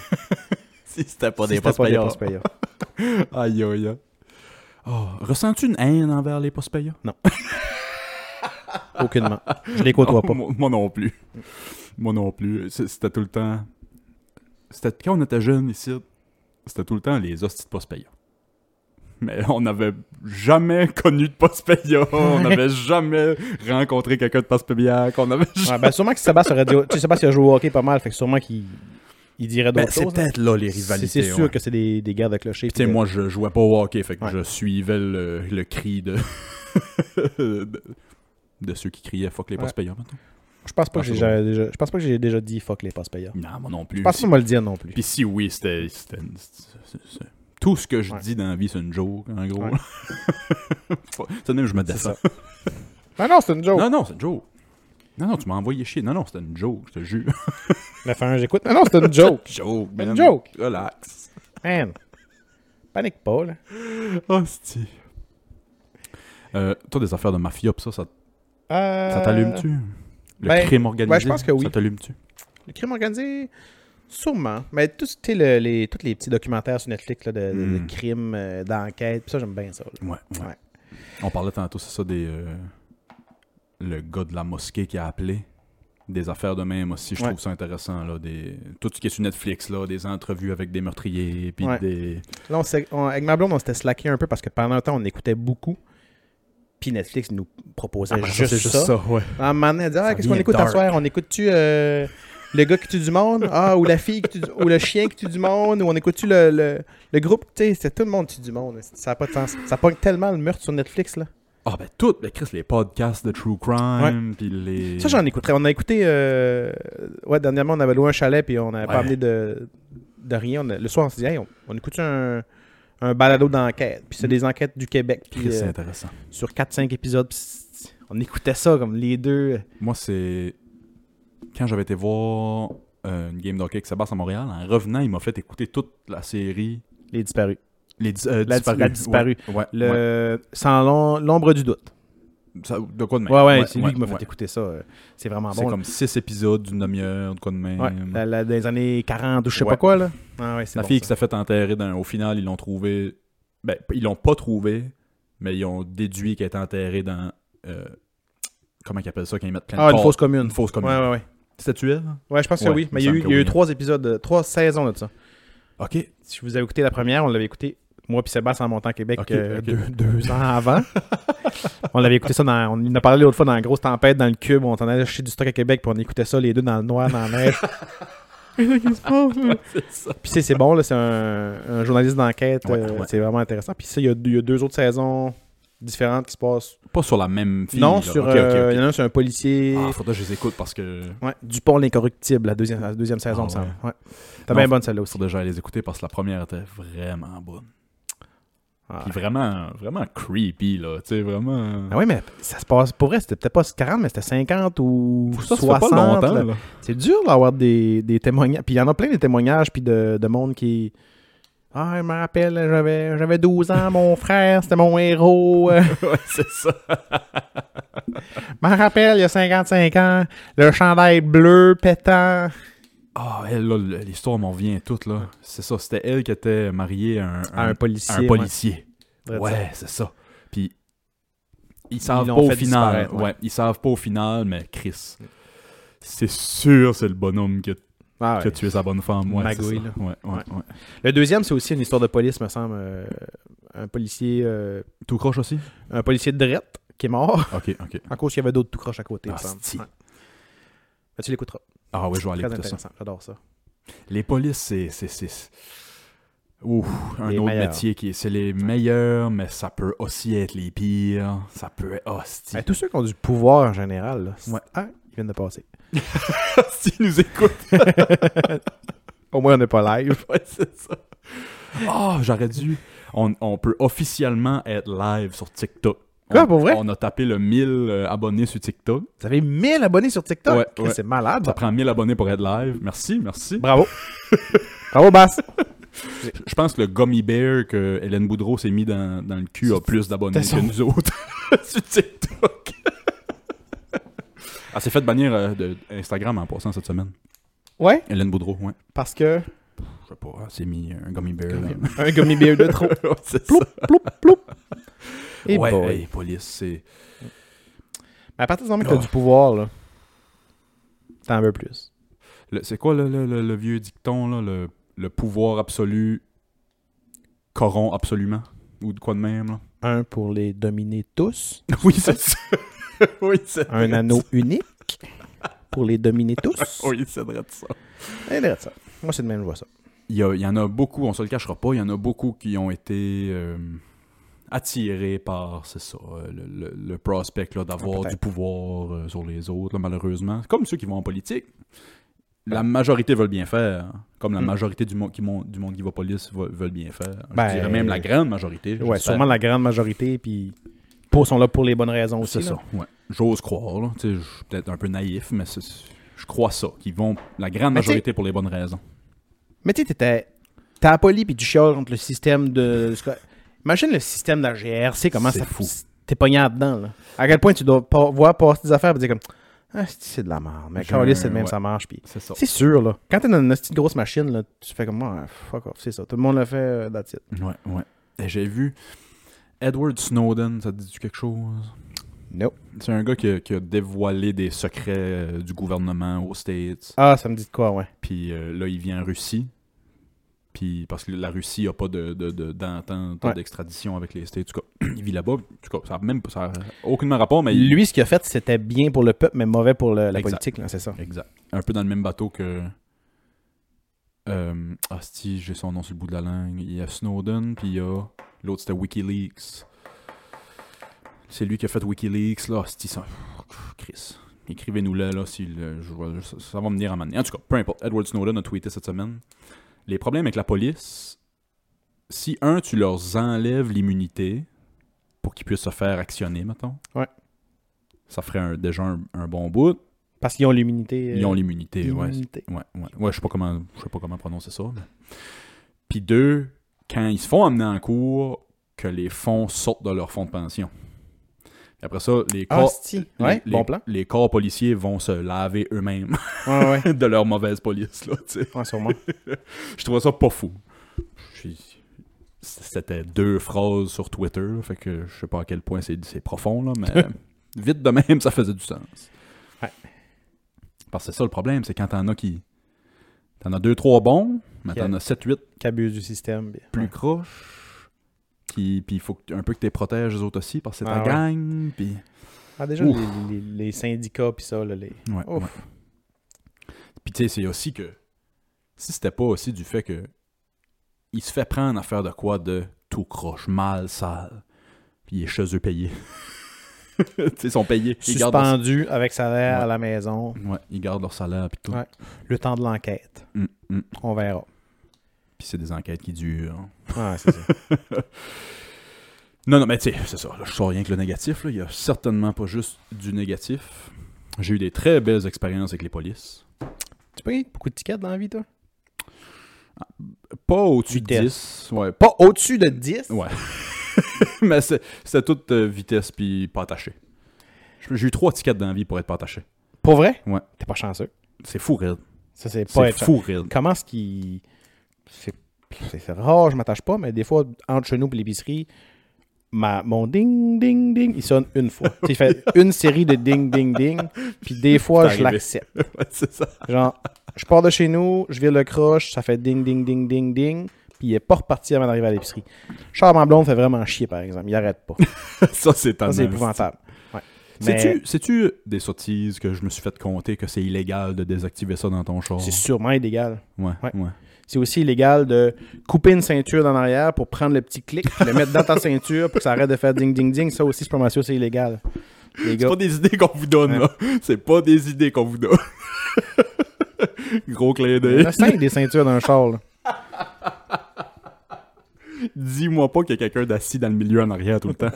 B: Si c'était pas
C: Si c'était
B: des post payeurs.
C: postes payeurs.
B: Aïe, aïe, aïe. Oh, ressens-tu une haine envers les Pospeya?
C: Aucunement. Je les côtoie
B: Oh,
C: pas.
B: Moi, moi non plus. Moi non plus. C'est- C'était tout le temps. C'était quand on était jeune ici. C'était tout le temps les hosties de Pospeya. Mais on n'avait jamais connu de Pospeya. On n'avait jamais rencontré quelqu'un de Pospeya. On avait
C: Ouais, ben, sûrement que Sébastien aurait dit. Tu sais, Sébastien a joué au hockey pas mal, fait que sûrement qu'il il dirait
B: Ben,
C: d'autres
B: c'est
C: choses. hein.
B: peut-être là les
C: C'est-
B: rivalités.
C: C'est sûr
B: ouais.
C: que c'est des, des guerres de clochers.
B: Tu sais,
C: puis
B: moi, je jouais pas au hockey, fait que
C: Ouais.
B: je suivais le, le cri de... de. de ceux qui criaient fuck les
C: Ouais.
B: Pospeya maintenant.
C: euh, Je pense pas
B: Ah,
C: que j'ai
B: c'est bon.
C: déjà, déjà- je pense pas que j'ai déjà dit fuck les passes payeurs.
B: Non, moi non plus.
C: Je pense
B: Si-
C: pas me le dire non plus.
B: Puis si oui, c'était. c'était- c'est- c'est- Tout ce que je
C: Ouais.
B: dis dans la vie, c'est une joke, en gros.
C: Ouais.
B: Faut- c'est de même que je me
C: C'est
B: défends.
C: ça. Ben non, c'est une joke.
B: Non, non, c'est une joke. Non, non, tu m'as envoyé chier. Non, non, c'était une joke, je te jure.
C: La fin, j'écoute. Non, non, c'est une joke.
B: joke,
C: Une
B: man.
C: joke.
B: Relax.
C: Man. Panique pas, là.
B: Hostie. Euh, toi, des affaires de mafia, pis ça, ça,
C: Euh,
B: ça t'allume-tu? Le
C: ben,
B: crime organisé,
C: ouais, je pense que oui.
B: ça t'allume-tu?
C: Le crime organisé, sûrement. Mais tout, tu sais, le- les, tous les petits documentaires sur Netflix là, de, de- de
B: Hmm.
C: crimes, euh, d'enquête, pis ça, j'aime bien ça. là.
B: Ouais, ouais.
C: Ouais.
B: On parlait tantôt, c'est ça, des. euh, le gars de la mosquée qui a appelé. Des affaires de même aussi, je
C: Ouais.
B: trouve ça intéressant. Là, des... Tout ce qui est sur Netflix, là, des entrevues avec des meurtriers, puis
C: Ouais.
B: des.
C: Là, on s'est- on- avec ma blonde, on s'était slacké un peu parce que pendant un temps, on écoutait beaucoup. Puis Netflix nous proposait
B: Ah,
C: juste,
B: c'est
C: ça.
B: ouais.
C: À un moment donné, elle dit, Ah,
B: Ça
C: qu'est-ce qu'on
B: devient
C: écoute
B: dark.
C: à soir? On écoute-tu euh, le gars qui tue du monde? Ah, ou la fille qui tue du- ou le chien qui tue du monde? Ou on écoute-tu le, le, le groupe? Tu sais, c'est tout le monde qui tue du monde. Ça n'a pas de sens. Ça pogne tellement le meurtre sur Netflix, là.
B: Ah, ben tout, ben Chris, les podcasts de True Crime, puis les.
C: Ça, j'en écouterais. On a écouté. euh, Ouais, dernièrement, on avait loué un chalet, puis on n'avait
B: Ouais.
C: pas amené de, de rien. On a- Le soir, on s'est dit, Hey, on, on écoute un, un balado d'enquête. Puis c'est des enquêtes du Québec. Puis
B: Mm. Chris, c'est
C: euh,
B: intéressant.
C: sur 4-5 épisodes, puis c'est- on écoutait ça comme les deux.
B: Moi, c'est. Quand j'avais été voir euh, une game d'hockey avec Sébastien à Montréal, en revenant, il m'a fait écouter toute la série.
C: Les disparus.
B: Les dis- euh,
C: La-
B: disparus.
C: la disparue.
B: Ouais, ouais, ouais.
C: Le... Sans l'om- l'ombre du doute.
B: Ça- de quoi de même?
C: Ouais, ouais, c'est lui qui m'a
B: ouais.
C: fait écouter ça. euh, C'est vraiment
B: C'est
C: bon.
B: comme 6 épisodes d'une demi-heure, de quoi de même.
C: là. Ouais, la- la- dans les années 40 ou je sais
B: Ouais.
C: pas quoi, là. Ah ouais, c'est
B: La
C: bon,
B: fille qui
C: ça.
B: s'est fait enterrer, dans- au final, ils l'ont trouvée. Ben, p- ils l'ont pas trouvée, mais ils ont déduit qu'elle était enterrée dans. euh, comment ils appellent ça quand ils mettent plein de
C: Ah, une
B: corps?
C: fausse commune.
B: Une fausse commune.
C: Ouais, ouais, ouais.
B: C'était-tu elle?
C: Ouais, je pense que
B: Ouais,
C: oui.
B: il me
C: Mais il y a eu,
B: semble que
C: il y a eu
B: oui.
C: trois épisodes, euh, trois saisons de ça.
B: Ok.
C: Si vous avez écouté la première, on l'avait écouté, moi puis Sébastien en montant à Québec,
B: Ok,
C: euh,
B: ok.
C: Deux, deux ans avant. on l'avait écouté ça dans. On en a parlé l'autre fois dans la grosse tempête, dans le cube. On s'en allait acheter du stock à Québec, puis on écoutait ça les deux dans le noir, dans la neige. Qu'est-ce qui se passe, là? Puis c'est- c'est bon, là, c'est un, un journaliste d'enquête.
B: Ouais,
C: euh,
B: ouais.
C: C'est vraiment intéressant. Puis ça, il y, a deux- il y a deux autres saisons différentes qui se passent.
B: Pas sur la même fille.
C: non,
B: là.
C: sur,
B: Ok, ok, ok.
C: euh, il y en a un sur un policier.
B: Ah, faudrait que je les écoute parce que.
C: Ouais, Dupont l'incorruptible, la deuxième, la deuxième saison,
B: Ah,
C: me semble. Ouais. T'as
B: Non,
C: bien bonne celle-là aussi.
B: Faudrait déjà les écouter parce que la première était vraiment bonne.
C: Ah.
B: Puis vraiment, vraiment creepy, là. Tu sais, vraiment.
C: Ah oui, mais ça se passe. Pour vrai, c'était peut-être pas 40, mais c'était 50 ou
B: Ça, ça
C: 60.
B: fait pas longtemps,
C: là.
B: là.
C: C'est dur d'avoir des, des témoignages. Puis il y en a plein de témoignages, puis de, de monde qui. Ah, je me rappelle, j'avais, j'avais 12 ans, mon frère, c'était mon héros. Euh,
B: ouais, c'est ça.
C: Je me rappelle, il y a 55 ans, le chandail bleu pétant.
B: Ah, elle, là, le- l'histoire m'en vient toute, là. C'est ça, c'était elle qui était mariée à un,
C: À un policier.
B: à un policier.
C: ouais.
B: Ouais, c'est ça. Puis, ils savent
C: l'ont
B: pas au
C: fait
B: final.
C: disparaître,
B: Ouais.
C: ouais. Mm.
B: ils savent pas au final, mais Chris, c'est sûr c'est le bonhomme qui a,
C: Ah ouais.
B: qui a tué sa bonne femme. Ouais, c'est
C: Magouille,
B: ça.
C: là.
B: Ouais, ouais, ouais.
C: Le deuxième, c'est aussi une histoire de police, me semble. euh, un policier euh,
B: Tout croche aussi?
C: un policier de drette qui est mort.
B: Ok, ok.
C: En cause, il y avait d'autres tout croches à côté, me
B: Ah,
C: semble.
B: si.
C: Ouais. Ben, tu l'écouteras.
B: Ah ouais, je vais aller
C: Très
B: écouter ça.
C: intéressant. J'adore ça.
B: Les polices, c'est. c'est- c'est- Ouf, un
C: Les
B: autre
C: meilleurs.
B: métier qui est. C'est les meilleurs, mais ça peut aussi être les pires. Ça peut ah, être. Hostie.
C: Ben, tous ceux qui ont du pouvoir en général, là, c'est-
B: Ouais.
C: ah, ils viennent de passer.
B: Hostie nous écoute.
C: Au moins, on n'est pas live.
B: Ouais, c'est ça. Ah, j'aurais dû. On, on peut officiellement être live sur TikTok.
C: Quoi,
B: On-
C: pour vrai?
B: On a tapé le 1000 euh, abonnés sur TikTok.
C: Vous avez 1000 abonnés sur TikTok.
B: Ouais,
C: Chris,
B: ouais.
C: C'est malade.
B: Ça prend 1000 abonnés pour être live. Merci, merci.
C: Bravo. Bravo, Bass.
B: Je- Je pense que le Gummy Bear que Hélène Boudreau s'est mis dans, dans le cul a plus d'abonnés
C: T'as
B: que nous autres sur TikTok. Elle s'est fait bannir euh, de Instagram en passant cette semaine.
C: Ouais,
B: Hélène Boudreau, ouais.
C: parce que
B: Je sais pas, elle s'est mis euh, un gummy bear. là.
C: Un gummy bear de trop.
B: Ouais, c'est
C: ploup,
B: ça.
C: ploup, ploup. Et
B: ouais,
C: boy.
B: hey, police, c'est.
C: Mais à partir du moment que t'as
B: Oh.
C: du pouvoir, là, t'en veux plus.
B: le- C'est quoi le, le- le- le vieux dicton, là le, le pouvoir absolu corrompt absolument Ou de quoi de même, là
C: Un pour les dominer tous.
B: Oui, c'est ça. oui, c'est
C: Un
B: vrai.
C: anneau unique pour les dominer tous.
B: Oui, c'est vrai de ça.
C: Et derrière ça. Moi, c'est de même, je vois ça.
B: Il y, a- il y en a beaucoup, on se le cachera pas, il y en a beaucoup qui ont été euh, attirés par, c'est ça, euh, le, le- le prospect là,
C: Ah,
B: d'avoir
C: peut-être.
B: du pouvoir euh, sur les autres, là, malheureusement. Comme ceux qui vont en politique. La majorité veulent bien faire, hein. comme la
C: Mm.
B: majorité du monde qui, mon- du monde qui va police vo- veulent bien faire.
C: Ben,
B: Je dirais même la grande majorité.
C: Ouais,
B: j'espère.
C: sûrement la grande majorité, puis pour sont là pour les bonnes raisons aussi.
B: C'est ça,
C: là.
B: ouais. J'ose croire, là. Tu sais, Je suis peut-être un peu naïf, mais c'est- je crois ça, qu'ils vont, la grande
C: Mais tu sais-
B: majorité, pour les bonnes raisons.
C: Mais tu sais, t'étais. T'es poli puis tu chiales contre le système de. Imagine le système de la GRC, comment
B: C'est
C: ça
B: fou.
C: T'es pogné là-dedans, là. À quel point tu dois pas voir passer des affaires et dire comme. Ah, c'est- c'est de la merde, mais
B: Je-
C: quand c'est de même,
B: ouais.
C: ça marche, puis.
B: C'est ça.
C: C'est sûr, là. Quand t'es dans une petite grosse machine, là, tu fais comme. Ah, fuck off, c'est ça. Tout le monde le fait, euh, that's it.
B: Ouais, ouais. Et j'ai vu Edward Snowden, ça te dit quelque chose?
C: Nope.
B: C'est un gars qui a, qui a dévoilé des secrets euh, du gouvernement aux States.
C: Ah, ça me dit de quoi, ouais.
B: Puis euh, là, il vient en Russie. Puis parce que la Russie a pas de, de- de- d'entente
C: Ouais.
B: d'extradition avec les States. En tout cas, il vit là-bas. En tout cas, ça n'a même pas- ça a aucunement rapport, mais il-
C: Lui, ce qu'il a fait, c'était bien pour le peuple, mais mauvais pour le- la
B: Exact.
C: politique, là, c'est ça.
B: Exact. Un peu dans le même bateau que. Euh, Asti, j'ai son nom sur le bout de la langue. Il y a Snowden, puis il y a. L'autre, c'était Wikileaks. C'est lui qui a fait Wikileaks, là. Asti, ça. Chris. Écrivez-nous-le, là, si le- je vois- ça, ça va me venir à manier. En tout cas, peu importe. Edward Snowden a tweeté cette semaine. Les problèmes avec la police, si, un, tu leur enlèves l'immunité pour qu'ils puissent se faire actionner, mettons.
C: Ouais.
B: Ça ferait un- déjà un- un bon bout.
C: Parce qu'ils ont l'immunité. euh,
B: Ils ont l'immunité, ouais.
C: l'immunité.
B: Ouais, ouais. Ouais, je sais pas comment je sais pas comment prononcer ça. mais- Puis deux, quand ils se font amener en cours, que les fonds sortent de leur fonds de pension. Puis après ça, les
C: Ah,
B: corps,
C: si.
B: les-
C: Ouais,
B: les-
C: bon plan.
B: les corps policiers vont se laver eux-mêmes
C: Ouais, ouais.
B: de leur mauvaise police là, tu sais.
C: Ouais, sûrement.
B: Je trouvais ça pas fou. Puis, C'était deux phrases sur Twitter, là, fait que je sais pas à quel point c'est c'est profond, là, mais vite de même, ça faisait du sens.
C: Ouais.
B: Parce que c'est ça le problème, c'est quand t'en as qui. T'en as deux, trois bons, mais
C: Qui
B: t'en as sept, huit
C: Qu'abuse du système. puis-
B: plus
C: ouais.
B: croches. Qui, puis il faut que- un peu que tu protèges les autres aussi, parce que c'est
C: Ah
B: ta
C: ouais.
B: gang. Puis...
C: Ah, déjà, les,
B: Ouf.
C: les- les syndicats, puis ça, là, les.
B: Ouais,
C: Ouf.
B: ouais. Puis tu sais, c'est aussi que si c'était pas aussi du fait que il se fait prendre à faire de quoi de tout croche, mal, sale, puis il est chez eux payé. tu sais, ils sont payés. Ils gardent, leur...
C: Suspendu avec salaire
B: Ouais.
C: à la maison,
B: Ouais, ils gardent leur salaire puis tout.
C: Ouais. le temps de l'enquête.
B: Mm, mm.
C: On verra.
B: Puis c'est des enquêtes qui durent.
C: Ouais, c'est ça.
B: Non, non, mais tu sais, c'est ça. là, je sors rien que le négatif. là. Il y a certainement pas juste du négatif. J'ai eu des très belles expériences avec les polices.
C: tu payes beaucoup de tickets dans la vie, toi
B: Pas au-dessus de
C: Vitesse.
B: 10. Ouais,
C: Pas au-dessus de 10
B: Ouais. Mais c'est- c'était toute euh, vitesse puis pas attaché. J'ai j'ai eu trois tickets dans la vie pour être pas attaché.
C: Pour vrai
B: Ouais.
C: T'es pas chanceux.
B: C'est fou, Red.
C: Ça, c'est pas
B: C'est
C: être
B: fou, Red.
C: Comment est-ce qu'il. C'est c'est- c'est rare, je m'attache pas, mais des fois, entre chez nous et l'épicerie, ma... mon ding, ding, ding, il sonne une fois. Tu sais, il fait une série de ding, ding, ding, puis des fois,
B: C'est
C: je
B: arrivé.
C: l'accepte.
B: Ouais, c'est ça.
C: Genre, je pars de chez nous, je vire le croche, ça fait ding, ding, ding, ding, ding, puis il est pas reparti avant d'arriver à l'épicerie. Charles en blonde fait vraiment chier, par exemple. Il arrête pas.
B: ça, c'est
C: Ça, c'est
B: tannant.
C: épouvantable. Ouais. Mais
B: Sais-tu sais-tu des sottises que je me suis fait compter que c'est illégal de désactiver ça dans ton char?
C: c'est sûrement illégal.
B: Ouais,
C: Ouais.
B: ouais.
C: C'est aussi illégal de couper une ceinture dans l'arrière pour prendre le petit clic, puis le mettre dans ta ceinture pour que ça arrête de faire ding ding ding. Ça aussi, c'est pas sûr, c'est illégal. Les
B: C'est
C: gars.
B: pas des idées qu'on vous donne,
C: Ouais.
B: là. C'est pas des idées qu'on vous donne. Gros clin
C: Il y
B: d'œil.
C: en a cinq des ceintures d'un char. là.
B: Dis-moi pas qu'il y a quelqu'un d'assis dans le milieu en arrière tout le temps.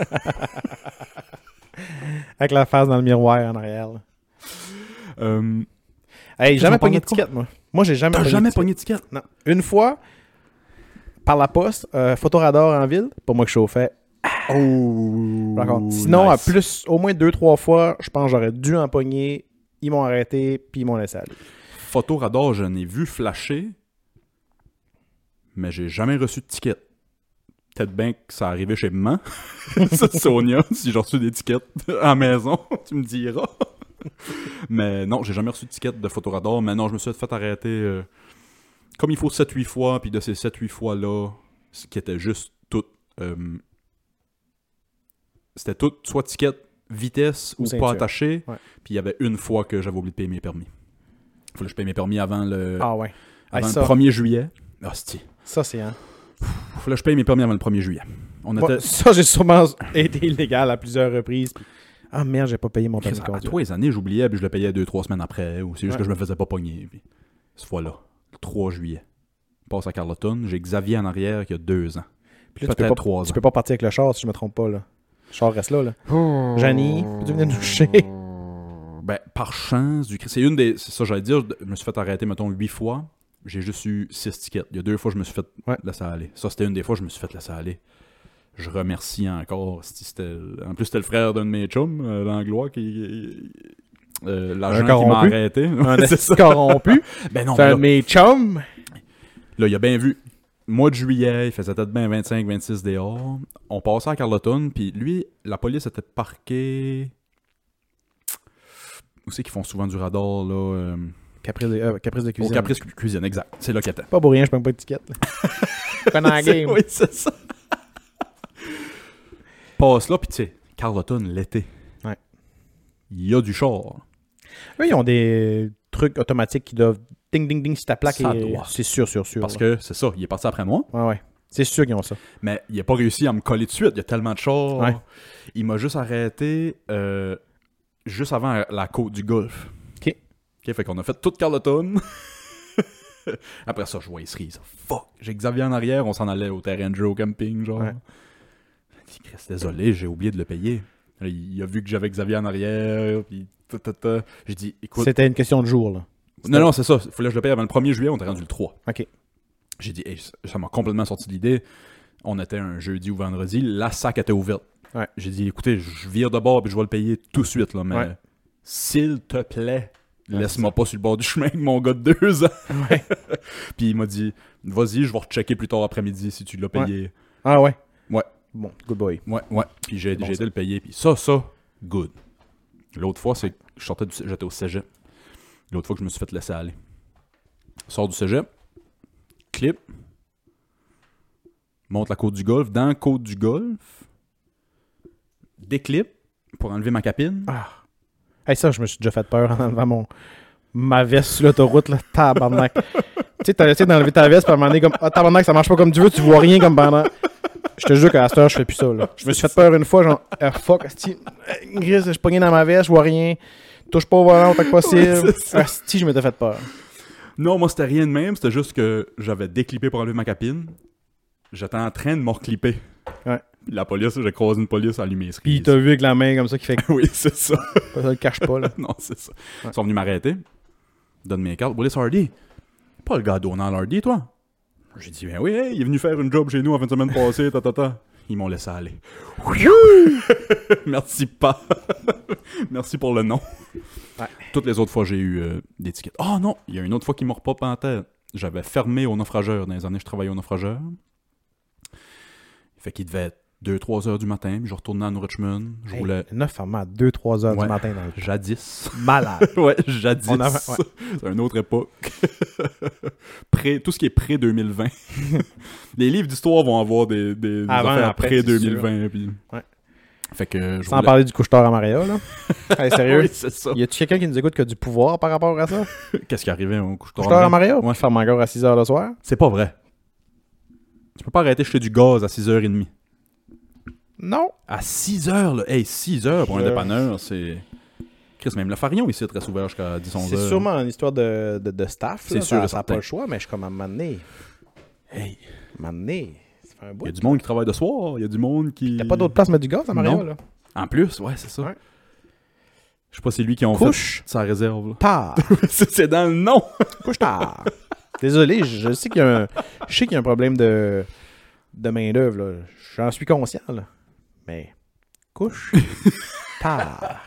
C: Avec la face dans le miroir en arrière. là.
B: Euh,
C: Hey,
B: Tu
C: jamais
B: m'en parlais
C: pogné de
B: de quoi?
C: ticket, moi. Moi, j'ai jamais
B: T'as
C: pogné de
B: jamais
C: ticket.
B: pogné de ticket?
C: Non. Une fois, par la poste, euh, photoradar en ville, pas moi qui chauffais.
B: Oh!
C: par contre. Sinon,
B: nice.
C: à plus, au moins deux, trois fois, je pense que j'aurais dû en pogner. Ils m'ont arrêté, puis ils m'ont laissé aller.
B: Photoradar, je n'ai vu flasher mais j'ai jamais reçu de ticket. Peut-être bien que ça arrivait chez maman. ça, Sonia, si j'ai reçu des tickets à la maison, tu me diras. mais non, j'ai jamais reçu de ticket de photoradar. Mais non, je me suis fait arrêter euh, comme il faut 7-8 fois. Puis de ces 7-8 fois-là, ce qui était juste tout. euh, c'était tout soit ticket, vitesse
C: Ou
B: ou,
C: ceinture.
B: pas attaché.
C: Ouais.
B: Puis il y avait une fois que j'avais oublié de payer mes permis. Faut que je paye mes permis avant le,
C: Ah ouais.
B: avant
C: ça.
B: le 1er juillet. Hostie.
C: Ça, c'est hein.
B: Faut que je paye mes permis avant le 1er juillet. On
C: Moi,
B: était.
C: ça, j'ai sûrement été illégal à plusieurs reprises. puis- Ah merde, j'ai pas payé mon permis
B: Chris,
C: de
B: à
C: conduire.
B: trois les années, j'oubliais, puis je le payais deux, trois semaines après, ou c'est juste
C: Ouais.
B: que je me faisais pas pogner. Puis, cette fois-là, le 3 juillet, je passe à Carleton, j'ai Xavier en arrière qui a deux ans.
C: Puis là, tu peux
B: peut-être
C: pas-
B: trois
C: Tu
B: ans.
C: peux pas partir avec le char si je me trompe pas là. Le char reste là là.
B: Oh.
C: Janie, peux-tu venir nous toucher?
B: Ben, par chance, du Christ, c'est une des. C'est ça, j'allais dire, je me suis fait arrêter, mettons, huit fois. J'ai juste eu six tickets. Il y a deux fois, je me suis fait
C: Ouais.
B: laisser aller. Ça, c'était une des fois, je me suis fait laisser aller. Je remercie encore. si c'était- En plus, c'était le frère d'un de mes chums, euh, l'anglois, qui. euh, L'agent qui m'a
C: corrompu.
B: arrêté.
C: Un esti corrompu.
B: Ben non,
C: C'est
B: mais
C: un
B: là-
C: de mes chums.
B: Là, il a bien vu. Mois de juillet, il faisait peut-être bien 25-26 dehors. On passait à Carleton, puis lui, la police était parquée. Où c'est qu'ils font souvent du radar, là euh,
C: Caprice de, euh, caprice de
B: Au
C: cuisine.
B: Caprice Cu- Cuisine, exact. C'est là qu'il était.
C: Pas pour rien, je prends pas d'étiquette. là. Pendant la
B: C'est-
C: game.
B: Oui, c'est ça. Passe là, puis tu sais, Carleton, l'été.
C: Ouais.
B: Il y a du char.
C: Eux, ils ont des trucs automatiques qui doivent ding ding ding si ta plaque
B: Ça
C: est.
B: doit.
C: C'est sûr, sûr, sûr.
B: Parce
C: là.
B: que c'est ça, il est parti après moi.
C: Ouais, ouais. C'est sûr qu'ils ont ça.
B: Mais il a pas réussi à me coller de suite. Il y a tellement de chars.
C: Ouais.
B: Il m'a juste arrêté euh, juste avant la côte du golf.
C: OK.
B: OK, fait qu'on a fait toute Carleton. Après ça, je vois les cerises. Fuck! J'ai Xavier en arrière, on s'en allait au terrain de jeu, au camping, genre.
C: Ouais.
B: J'ai dit, Christ, désolé, j'ai oublié de le payer. Là, Il a vu que j'avais Xavier en arrière, puis ta, ta, ta. J'ai dit, écoute,
C: C'était une question de jour là.
B: non, non, c'est ça. Fallait que je le paye avant le 1er juillet, on était rendu le 3.
C: Ok.
B: J'ai dit, hey, ça- ça m'a complètement sorti de l'idée. On était un jeudi ou vendredi, la sac était ouverte.
C: Ouais.
B: J'ai dit, écoutez, je vire de bord puis je vais le payer tout de suite, là, mais
C: Ouais.
B: s'il te plaît, laisse-moi pas sur le bord du chemin avec mon gars de deux ans. puis il m'a dit, vas-y, je vais rechecker plus tard après-midi si tu l'as payé.
C: Ah ouais.
B: Ouais.
C: Bon, good boy.
B: Ouais, ouais. Puis j'ai
C: bon,
B: j'ai
C: ça.
B: été le payer. Puis ça, ça, good. L'autre fois, c'est que je sortais du cé- j'étais au cégep. L'autre fois que je me suis fait laisser aller. Sors du cégep, clip, monte la côte du golf. Dans la côte du golf, déclip pour enlever ma capine.
C: Ah. Hey, ça, je me suis déjà fait peur en enlevant mon... ma veste sur l'autoroute, là. Tabarnak. tu sais, t'as essayé d'enlever ta veste, puis à un moment donné, comme, ah, tabarnak, ça marche pas comme tu veux, tu vois rien comme pendant. Je te jure qu'à cette heure, je fais plus ça, là. Je me suis fait peur une fois, genre, ah, fuck, asti. Euh, Gris, je suis pogné dans ma veste, je vois rien. Touche pas au volant autant que possible.
B: Ouais, c'est ça.
C: Asti, je m'étais fait peur.
B: Non, moi, c'était rien de même. C'était juste que j'avais déclippé pour enlever ma capine. J'étais en train de me reclipper.
C: Ouais.
B: Puis La police, j'ai croisé une police allumée.
C: Puis il t'a vu avec la main comme ça, qui fait que
B: Oui, c'est ça.
C: ça le cache pas, là.
B: non, c'est ça. Ils sont venus m'arrêter. Donne mes cartes. Willis Hardy. Pas le gars d'Onan Hardy, toi. J'ai dit, ben oui, hey, il est venu faire une job chez nous en fin de semaine passée, ta, ta, ta. Ils m'ont laissé aller. Merci pas. Merci pour le nom.
C: Ouais.
B: Toutes les autres fois, j'ai eu euh, des tickets. Oh non, il y a une autre fois qui m'a repopé en tête. J'avais fermé au naufrageur. Dans les années, je travaillais au naufrageur. Fait qu'il devait être 2-3 heures du matin. puis Je retournais à New Richmond. Je
C: Hey,
B: roulais
C: 9 à 2, 3 heures
B: Ouais.
C: du matin dans le
B: jadis.
C: Malade.
B: Ouais, jadis.
C: On avait- ouais.
B: C'est une autre époque. pré, tout ce qui est pré-2020. Les livres d'histoire vont avoir des, des, des
C: Avant,
B: affaires
C: après,
B: pré-2020. puis-
C: Ouais.
B: Fait que je
C: Sans
B: voulais-
C: parler du couche-tard à Maria, là. Hey, sérieux?
B: Oui, c'est ça.
C: Y a-tu quelqu'un qui nous écoute qui a du pouvoir par rapport à ça?
B: Qu'est-ce qui arrivait au couche-tard?
C: Couche-tard à Mario?
B: hein? Ouais.
C: Qui ferme encore à 6 h le soir?
B: C'est pas vrai. Tu peux pas arrêter de jeter du gaz à 6h30.
C: Non.
B: À 6h, là. Hey, 6h pour un
C: Je-
B: dépanneur, c'est. Chris, même le farion ici est très ouvert jusqu'à 10 11
C: C'est sûrement une histoire de, de, de staff.
B: C'est
C: là.
B: sûr
C: Ça-
B: et
C: Ça n'a
B: certain.
C: pas le choix, mais je suis comme à un moment donné.
B: Hey,
C: À un moment donné, ça fait un bout.
B: il y a du monde qui travaille de soir, il y a du monde qui.
C: T'as pas d'autre place à mettre du gaz à Mario,
B: Non.
C: là?
B: En plus, ouais, c'est ça.
C: Ouais.
B: Je sais pas, c'est lui qui a
C: Couche.
B: fait sa réserve. là.
C: Tard.
B: c'est c'est dans le nom.
C: Couche-tard. Désolé, je, je sais qu'il y a un, je sais qu'il y a un problème de, de main-d'œuvre, là. J'en suis conscient, là. Mais. Couche. Tard.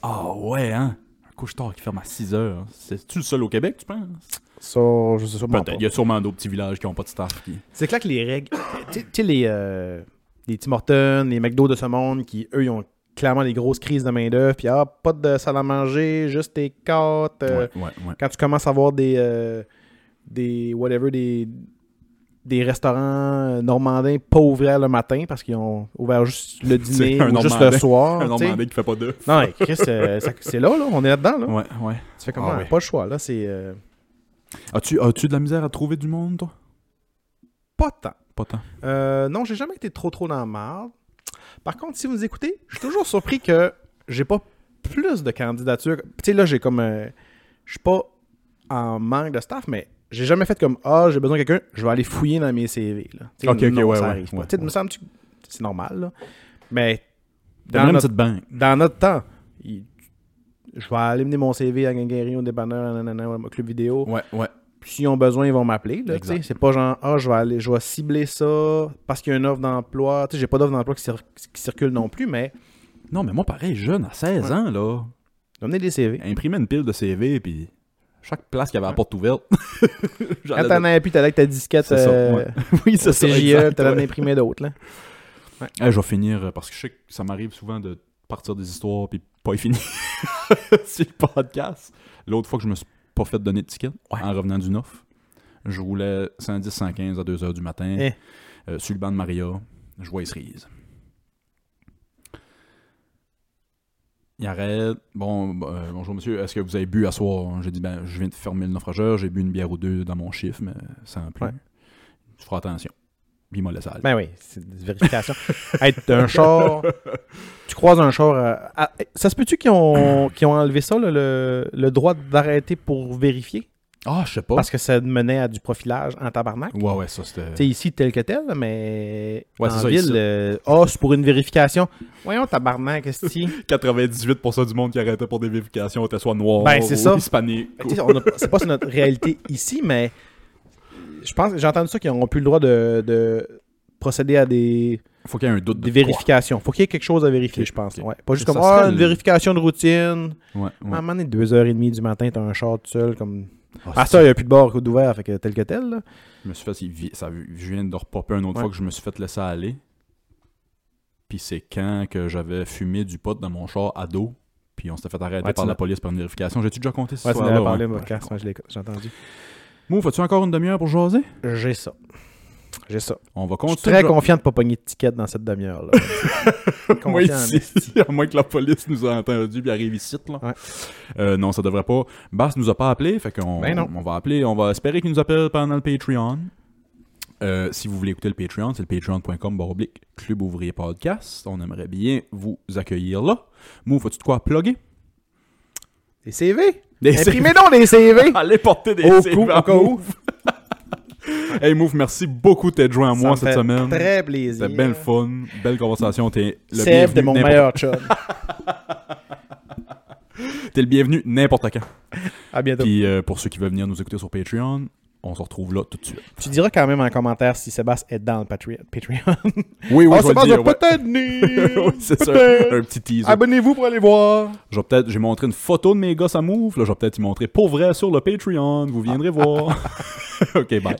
B: Ah ouais, hein. couche-tard qui ferme à 6 heures. hein. C'est-tu le seul au Québec, tu penses?
C: Ça, je sais sûrement pas.
B: Peut-être. Il y a sûrement d'autres petits villages qui n'ont pas de staff. Qui...
C: C'est clair que les règles. tu sais- tu sais, les, euh, les Tim Hortons, les McDo de ce monde qui, eux, ils ont clairement des grosses crises de main-d'œuvre. Puis, ah, pas de salle à manger, juste tes côtes. euh,
B: ouais, ouais, ouais.
C: Quand tu commences à avoir des. euh, des. whatever, des. Des restaurants euh, normandins pas ouverts le matin parce qu'ils ont ouvert juste le dîner
B: un
C: ou juste le
B: Normandais-
C: soir.
B: Un
C: tu sais.
B: Normandais qui fait pas d'œufs. hein.
C: Non, mais Chris, euh, ça- c'est là, là, on est là-dedans. Là.
B: Ouais, ouais.
C: Tu fais comme
B: Ah
C: ah,
B: ouais.
C: pas le choix. Là, c'est euh,
B: As-tu as-tu de la misère à trouver du monde, toi?
C: pas tant.
B: Pas tant.
C: Euh, non, j'ai jamais été trop trop dans la marde. Par contre, si vous écoutez, je suis toujours surpris que j'ai pas plus de candidatures. Tu sais, là, j'ai comme. euh, je suis pas en manque de staff, mais j'ai jamais fait comme Ah, j'ai besoin de quelqu'un, je vais aller fouiller dans mes CV. Là. Tu sais,
B: Ok, ok,
C: non,
B: ouais,
C: ça
B: ouais,
C: arrive pas.
B: ouais,
C: Tu sais,
B: ouais.
C: me semble que c'est normal, là. Mais
B: Dans
C: dans
B: une
C: notre,
B: petite banque.
C: dans notre temps, il- je vais aller mener mon CV à Ganguerri, au dépanneur, nanana, au club vidéo.
B: Ouais, ouais.
C: Puis s'ils ont besoin, ils vont m'appeler. là, tu
B: Exact.
C: sais. C'est pas genre, ah, je vais aller, je vais cibler ça parce qu'il y a une offre d'emploi. Tu sais, j'ai pas d'offre d'emploi qui, cir- qui circule non plus, mais
B: Non, mais moi, pareil, jeune, à 16
C: Ouais.
B: ans, là,
C: donnez des CV.
B: imprimer une pile de CV, puis chaque place qu'il y avait la porte ouverte, j'allais
C: Quand t'en as un, puis t'allais avec ta disquette
B: C'est ça,
C: euh,
B: ouais. Oui, c'est ça.
C: CJE,
B: exact,
C: t'allais en
B: ouais.
C: imprimer d'autres. là.
B: Eh, je vais finir euh, parce que je sais que ça m'arrive souvent de partir des histoires puis pas y finir sur le podcast. L'autre fois que je me suis pas fait donner de ticket en revenant du Neuf, je roulais 110-115 à 2h du matin
C: Eh.
B: euh, sur le banc de Maria, je vois les cerises. Il arrête. Bon, euh, bonjour monsieur, est-ce que vous avez bu à soir? J'ai dit, ben, je viens de fermer le naufrageur, j'ai bu une bière ou deux dans mon chiffre, mais sans plus.
C: Ouais.
B: Tu feras attention. Puis il m'a laissé aller.
C: Ben oui, c'est des vérifications. Être un char, tu croises un char. euh, à- ça se peut-tu qu'ils ont, qu'ils ont enlevé ça, là, le, le droit d'arrêter pour vérifier
B: Ah, je sais pas.
C: Parce que ça menait à du profilage en tabarnak.
B: Ouais, ouais, ça c'était.
C: Tu sais, ici, tel que tel, mais
B: Ouais, c'est
C: en
B: ça, ici.
C: ville, euh, ah, c'est pour une vérification. Voyons, tabarnak, qu'est-ce que c'est?
B: 98% du monde qui arrêtait pour des vérifications était soit noir
C: Ben, c'est
B: ou
C: ça.
B: hispanique.
C: Tu sais, on a- C'est pas sur notre réalité ici, mais je pense j'ai entendu ça qu'ils n'auront plus le droit de, de procéder à des,
B: Faut qu'il y ait un doute
C: des
B: de quoi.
C: vérifications. Faut qu'il y ait quelque chose à vérifier,
B: Ok,
C: je pense.
B: ok.
C: Ouais. Pas juste
B: Ça
C: comme
B: serait
C: Ah, une
B: le-
C: vérification de routine. Ah,
B: Ouais, ouais.
C: À un moment donné, 2h30 du matin, t'as un char tout seul comme.
B: Ah,
C: Ah ça, il n'y a plus de bar d'ouvert, fait que tel que tel. là.
B: Je me suis fait. si- vi- Ça, je viens de repopper une autre
C: Ouais.
B: fois que je me suis fait laisser aller. Puis c'est quand que j'avais fumé du pot dans mon char à dos. Puis on s'était fait arrêter
C: Ouais,
B: par
C: tu
B: la
C: l'as-
B: police pour une vérification. J'ai-tu déjà compté cette
C: Ouais, tu en
B: histoire-là?
C: avais parlé
B: Ouais.
C: au podcast, ouais, je l'ai- j'ai entendu.
B: Mouf, as-tu encore une demi-heure pour jaser?
C: J'ai ça. J'ai ça.
B: On va
C: Je suis
B: continuer.
C: très
B: de-
C: confiant de ne pas pogner de ticket dans cette demi-heure-là. Confiant,
B: Moi, ici, à moins que la police nous a entendu puis arrive ici. Là.
C: Ouais.
B: Euh, non, ça devrait pas. Bass nous a pas appelé, fait qu'on
C: Ben non.
B: on va appeler, on va espérer qu'il nous appelle pendant le Patreon. Euh, si vous voulez écouter le Patreon, c'est le patreon.com barre oblique, Club Ouvrier Podcast. On aimerait bien vous accueillir là. Mou, faut-tu de quoi plugger?
C: Des CV.
B: Des
C: Imprimez donc des Ah, CV.
B: Allez porter des
C: Au
B: CV
C: coup,
B: à
C: au cas où.
B: Mouf. hey Mouf, merci beaucoup d'être joint à
C: Ça
B: moi
C: me
B: cette
C: fait
B: semaine.
C: Très plaisir.
B: C'était bien le fun, belle conversation. T'es le,
C: Sèvres de
B: bienvenu
C: mon
B: n'importe-
C: meilleur chum.
B: t'es le bienvenu n'importe quand.
C: À bientôt.
B: Puis euh, pour ceux qui veulent venir nous écouter sur Patreon, on se retrouve là tout de suite.
C: tu diras quand même en commentaire si Sébastien est dans le Patreon. Patreon.
B: Oui, oui,
C: Ah,
B: je vais le
C: Sébastien
B: dire.
C: va
B: ouais.
C: peut-être venir.
B: Oui, c'est ça,
C: Peut-être. Ah, ben-
B: un petit teaser.
C: Abonnez-vous pour aller voir.
B: Je vais peut-être, j'ai montré une photo de mes gosses à Move, là, je vais peut-être y montrer pour vrai sur le Patreon, vous viendrez voir. ok, bye.